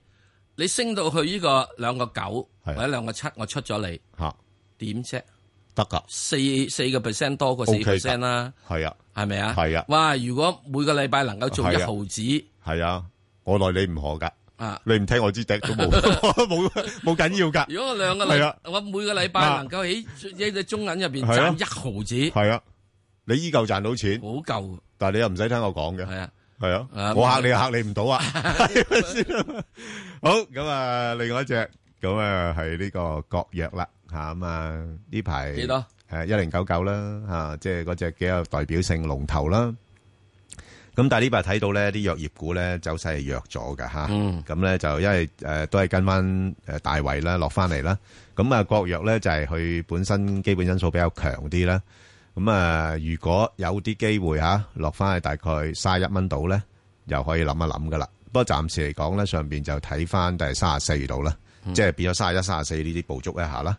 Speaker 5: 你升到去呢個兩個九或
Speaker 4: 係
Speaker 5: 者兩個七，我出咗你
Speaker 4: 吓
Speaker 5: 點啫？
Speaker 4: 得噶
Speaker 5: 四四個 percent 多過四
Speaker 4: OK 㗎
Speaker 5: percent 啦，
Speaker 4: 係啊，
Speaker 5: 係咪啊？
Speaker 4: 係啊
Speaker 5: 哇！如果每個禮拜能夠做一
Speaker 4: 係啊
Speaker 5: 毫子
Speaker 4: 係啊，我奈你唔何噶，
Speaker 5: 啊！
Speaker 4: 你唔聽我支笛都 冇 冇冇緊要噶，
Speaker 5: 如果我兩個
Speaker 4: 係啊
Speaker 5: 禮，我每個禮拜
Speaker 4: 啊
Speaker 5: 能夠喺呢只中銀入邊
Speaker 4: 係啊
Speaker 5: 賺一毫子，
Speaker 4: 係啊，你依舊賺到錢，
Speaker 5: 好夠。
Speaker 4: 但係你又唔使聽我講嘅，
Speaker 5: 係啊，
Speaker 4: 係啊
Speaker 5: 啊，
Speaker 4: 我嚇你嚇你唔到啊， 係咪先？好，咁啊，另外一隻咁啊係呢個國藥啦，吓咁啊呢排
Speaker 5: 幾多？
Speaker 4: 誒呃一零九九啦，吓即係嗰隻幾有代表性龍頭啦。咁但係呢排睇到咧，啲藥業股咧走勢係弱咗㗎吓，
Speaker 5: 嗯
Speaker 4: 咁咧就因為誒都係跟翻誒大圍啦落翻嚟啦，咁啊國藥咧就係佢本身基本因素比較強啲啦，咁啊如果有啲機會吓落翻去大概卅一蚊度咧，又可以諗一諗噶啦。不過暫時嚟講咧，上邊就睇翻第卅四度啦，即係變咗卅一、卅四呢啲捕捉一下啦。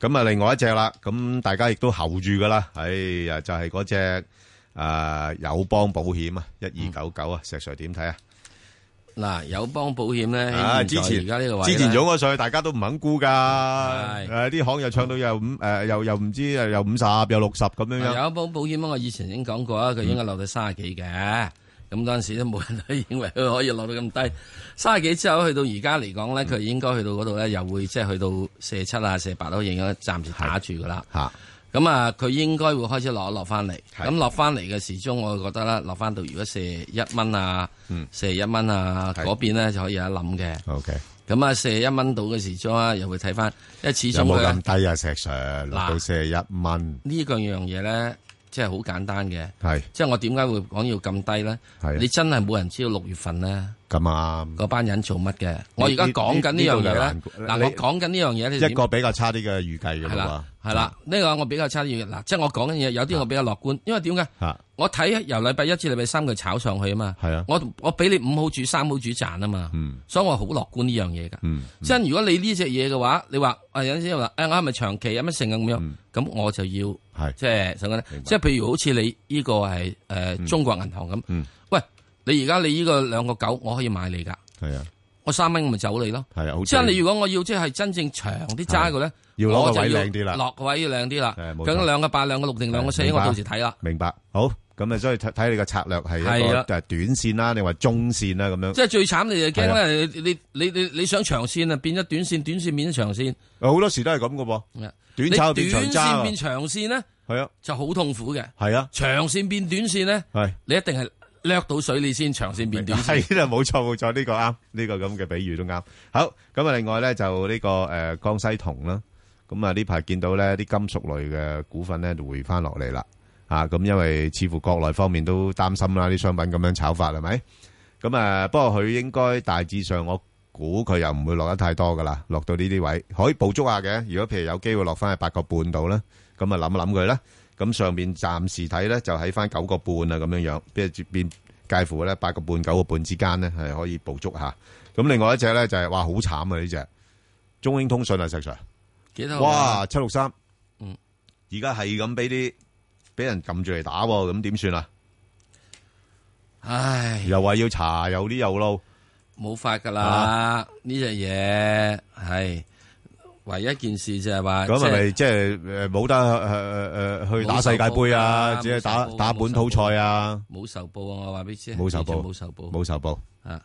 Speaker 4: 咁啊，另外一隻啦，咁大家亦都候住噶啦，哎呀，就係嗰只誒友邦保險啊，一二九九啊，石 Sir 點睇啊？
Speaker 5: 嗱，友邦保險咧，
Speaker 4: 啊，
Speaker 5: 喺現在
Speaker 4: 之前
Speaker 5: 而
Speaker 4: -
Speaker 5: 家呢個位
Speaker 4: 之前
Speaker 5: 咧
Speaker 4: 湧咗上去，大家都唔肯沽㗎。
Speaker 5: 係。
Speaker 4: 誒，啲行又唱到又五-誒，又-又唔知，又60又60咁樣樣。
Speaker 5: 有一保保險我以前已經講過啦，佢應該落到三十幾嘅。咁嗰陣時都冇人去認為佢可以落到咁低，三十幾之後去到而家嚟講咧，佢應該去到嗰度咧，又會即係去到四十七啊、四十八都應該暫時打住噶啦。
Speaker 4: 嚇，
Speaker 5: 咁啊，佢應該會開始落一落翻嚟。
Speaker 4: 係
Speaker 5: 咁落翻嚟嘅時鐘，我覺得啦，落翻到如果四一蚊啊、四一蚊啊
Speaker 4: 嗯係
Speaker 5: 嗰邊咧就可以有一諗嘅。
Speaker 4: OK。
Speaker 5: 咁啊，四一蚊到嘅時鐘啊，又會睇翻，因為始終佢呢
Speaker 4: 有冇咁低啊，石Sir？落到41蚊。
Speaker 5: 呢個樣嘢咧，即係好簡單嘅。
Speaker 4: 係
Speaker 5: 即係我點解會講要咁低咧？
Speaker 4: 係啊
Speaker 5: 你真係冇人知道六月份咧
Speaker 4: 咁啊，
Speaker 5: 嗰班人做乜嘅。我而家講緊呢樣嘢咧，嗱，我講緊呢樣嘢，你點
Speaker 4: 一個比較差啲嘅預計㗎
Speaker 5: 係啦
Speaker 4: 啦，，
Speaker 5: 係啦，呢個我比較差啲嘅。嗱，即係我講緊嘢，有
Speaker 4: 啊
Speaker 5: 啲我比較樂觀，因為點解？
Speaker 4: 嚇
Speaker 5: 我睇由禮拜一至禮拜三佢炒上去啊嘛。
Speaker 4: 係啊，
Speaker 5: 我我俾你五好主三好主賺啊嘛。
Speaker 4: 嗯，
Speaker 5: 所以我好樂觀呢樣嘢㗎。
Speaker 4: 嗯，
Speaker 5: 即係如果你呢只嘢嘅話，你話啊有陣時話誒我係咪長期有乜成啊咁
Speaker 4: 嗯
Speaker 5: 樣，咁我就要即係想講咧，即係譬如好似你呢個係
Speaker 4: 嗯
Speaker 5: 誒中國銀行咁，喂，你而家你呢個兩個九，我可以買你㗎，
Speaker 4: 係啊，
Speaker 5: 我三蚊我咪走你咯。
Speaker 4: 係啊，好
Speaker 5: 即係你如果我要即係真正長啲揸嘅咧，
Speaker 4: 要攞個
Speaker 5: 我就
Speaker 4: 位靚啲啦
Speaker 5: 落個位要靚啲啦。
Speaker 4: 冇錯
Speaker 5: 咁兩個八、兩個六定兩個四，
Speaker 4: 明
Speaker 5: 我
Speaker 4: 白
Speaker 5: 到時睇啦。
Speaker 4: 明白，好咁啊，所以睇睇你個策略係一
Speaker 5: 係
Speaker 4: 個
Speaker 5: 啦
Speaker 4: 誒短線啦，你話中線啦咁樣，
Speaker 5: 即係最慘你就
Speaker 4: 係
Speaker 5: 驚
Speaker 4: 啊
Speaker 5: 咧，你你你你想長線啊，變咗短線，短線變咗長線。
Speaker 4: 好多時都係咁嘅
Speaker 5: 喎，
Speaker 4: 短炒變長
Speaker 5: 你短線
Speaker 4: 揸啊
Speaker 5: 變長線咧，
Speaker 4: 係啊，
Speaker 5: 就好痛苦嘅。
Speaker 4: 係啊，
Speaker 5: 長線變短線咧，
Speaker 4: 係
Speaker 5: 你一定係掠到水你先長線變短線。
Speaker 4: 係啦，冇錯冇錯，呢個啱，呢個咁嘅比喻都啱。好，咁啊，另外咧就呢個誒江西銅啦，咁啊呢排見到咧啲金屬類嘅股份咧就回翻落嚟啦，啊咁因為似乎國內方面都擔心啦，啲商品咁樣炒法係咪？咁啊，不過佢應該大致上我估佢又唔會落得太多噶啦，落到呢啲位可以捕捉下嘅。如果譬如有機會落翻去八個半度啦，咁啊諗一諗佢啦。咁上邊暫時睇咧就喺翻九個半啊咁樣樣，即係變介乎咧八個半九個半之間咧係可以捕捉下。咁另外一隻咧就係、哇好慘啊呢只中興通訊啊石 Sir，
Speaker 5: 幾多
Speaker 4: 哇七六三，
Speaker 5: 嗯，
Speaker 4: 而家係咁俾啲俾人撳住嚟打喎，咁點算啊？
Speaker 5: 唉，
Speaker 4: 又話要查有啲有路，
Speaker 5: 冇法噶啦
Speaker 4: 啊，
Speaker 5: 呢只嘢係唯一一件事就係話，
Speaker 4: 咁係咪
Speaker 5: 啊即
Speaker 4: 即係誒冇得誒誒誒去打世界盃
Speaker 5: 冇仇報
Speaker 4: 啊？
Speaker 5: 㗎
Speaker 4: 只係打
Speaker 5: 冇仇報
Speaker 4: 打本土賽啊？
Speaker 5: 冇仇報啊？我話俾你知，
Speaker 4: 冇仇
Speaker 5: 呢隻
Speaker 4: 報，
Speaker 5: 冇仇報，
Speaker 4: 冇仇報。
Speaker 5: 啊！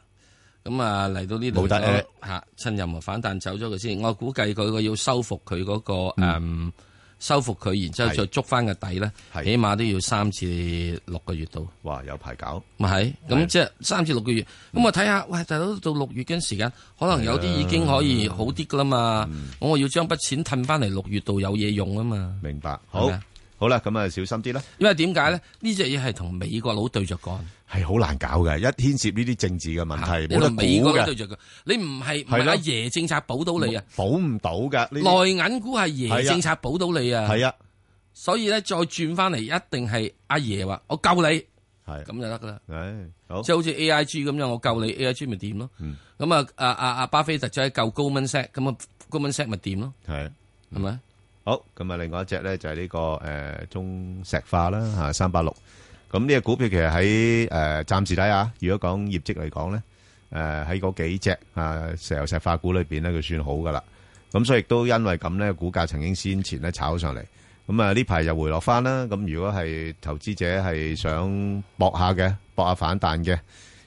Speaker 5: 咁啊嚟到呢度
Speaker 4: 冇得
Speaker 5: 嚟講
Speaker 4: at
Speaker 5: 吓，趁任何反彈走咗佢先。我估計佢個要收復佢嗰個誒，收復佢，然之後
Speaker 4: 嗯係
Speaker 5: 再捉翻個底咧，起碼都要三至六個月度。
Speaker 4: 哇！有排搞，
Speaker 5: 咪係咁即係三至六個月。咁我睇下，喂大佬到六月嘅時間，可能有啲已經可以
Speaker 4: 啊
Speaker 5: 好啲噶啦嘛。
Speaker 4: 嗯
Speaker 5: 咁我要將筆錢褪翻嚟六月度有嘢用啊嘛。
Speaker 4: 明白好好啦，咁啊小心啲啦。
Speaker 5: 因為點解咧？呢只嘢係同美國佬對着幹，
Speaker 4: 係好難搞嘅，一牽涉呢啲政治嘅問題，
Speaker 5: 啊你
Speaker 4: 冇得
Speaker 5: 同美
Speaker 4: 估
Speaker 5: 國佬對着
Speaker 4: 嘅，
Speaker 5: 幹，你唔係唔
Speaker 4: 係
Speaker 5: 係
Speaker 4: 咯
Speaker 5: 阿爺政策保到你啊？
Speaker 4: 保唔到嘅。呢啲
Speaker 5: 內銀股係爺政策保到你啊，
Speaker 4: 係啊，
Speaker 5: 所以咧再轉翻嚟一定係阿爺話我救你，係
Speaker 4: 咁
Speaker 5: 就得噶啦。
Speaker 4: 唉，好，
Speaker 5: 即係好似 A I G 咁樣，我救你 A I G 咪掂咯。咁啊啊啊啊巴菲特就係救高文 set，咁啊高文 set 咪掂咯。
Speaker 4: 係
Speaker 5: 係咪？
Speaker 4: 好，咁啊，另外一隻咧就係呢個誒中石化啦，吓三八六。咁呢只股票其實喺誒暫時睇下，如果講業績嚟講咧，誒喺嗰幾隻啊石油石化股裏邊咧，佢算好噶啦。咁所以亦都因為咁咧，股價曾經先前咧炒上嚟，咁啊呢排又回落翻啦。咁如果係投資者係想搏下嘅，搏下反彈嘅，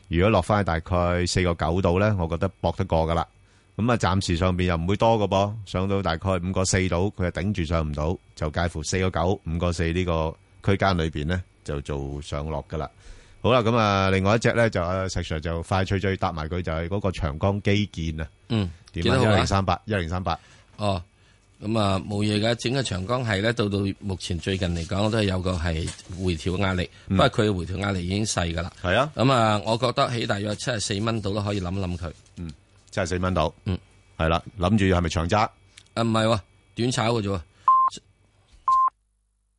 Speaker 4: 如果落翻去大概四個九度咧，我覺得搏得過噶啦。咁啊，暫時上邊又唔會多噶噃，上到大概五個四度，佢係頂住上唔到，就介乎四個九、五個四呢個區間裏邊咧，就做上落噶啦。好啦，咁啊，另外一隻咧就啊石 Sir 就快脆脆搭埋佢，就係嗰個長江基建啊。
Speaker 5: 嗯，
Speaker 4: 點啊？
Speaker 5: 幾
Speaker 4: 一
Speaker 5: 多號啊
Speaker 4: 零三八，一零三八。
Speaker 5: 哦，咁啊冇嘢噶，整個長江係咧，到到目前最近嚟講都係有個係回調壓力，
Speaker 4: 嗯
Speaker 5: 不過佢嘅回調壓力已經細噶啦。
Speaker 4: 係啊，
Speaker 5: 咁啊，我覺得起大約七十四蚊度都可以諗諗佢。
Speaker 4: 嗯，七十四蚊度。嗯，係啦，諗住係咪長揸？
Speaker 5: 啊，唔係喎，短炒嘅啫喎。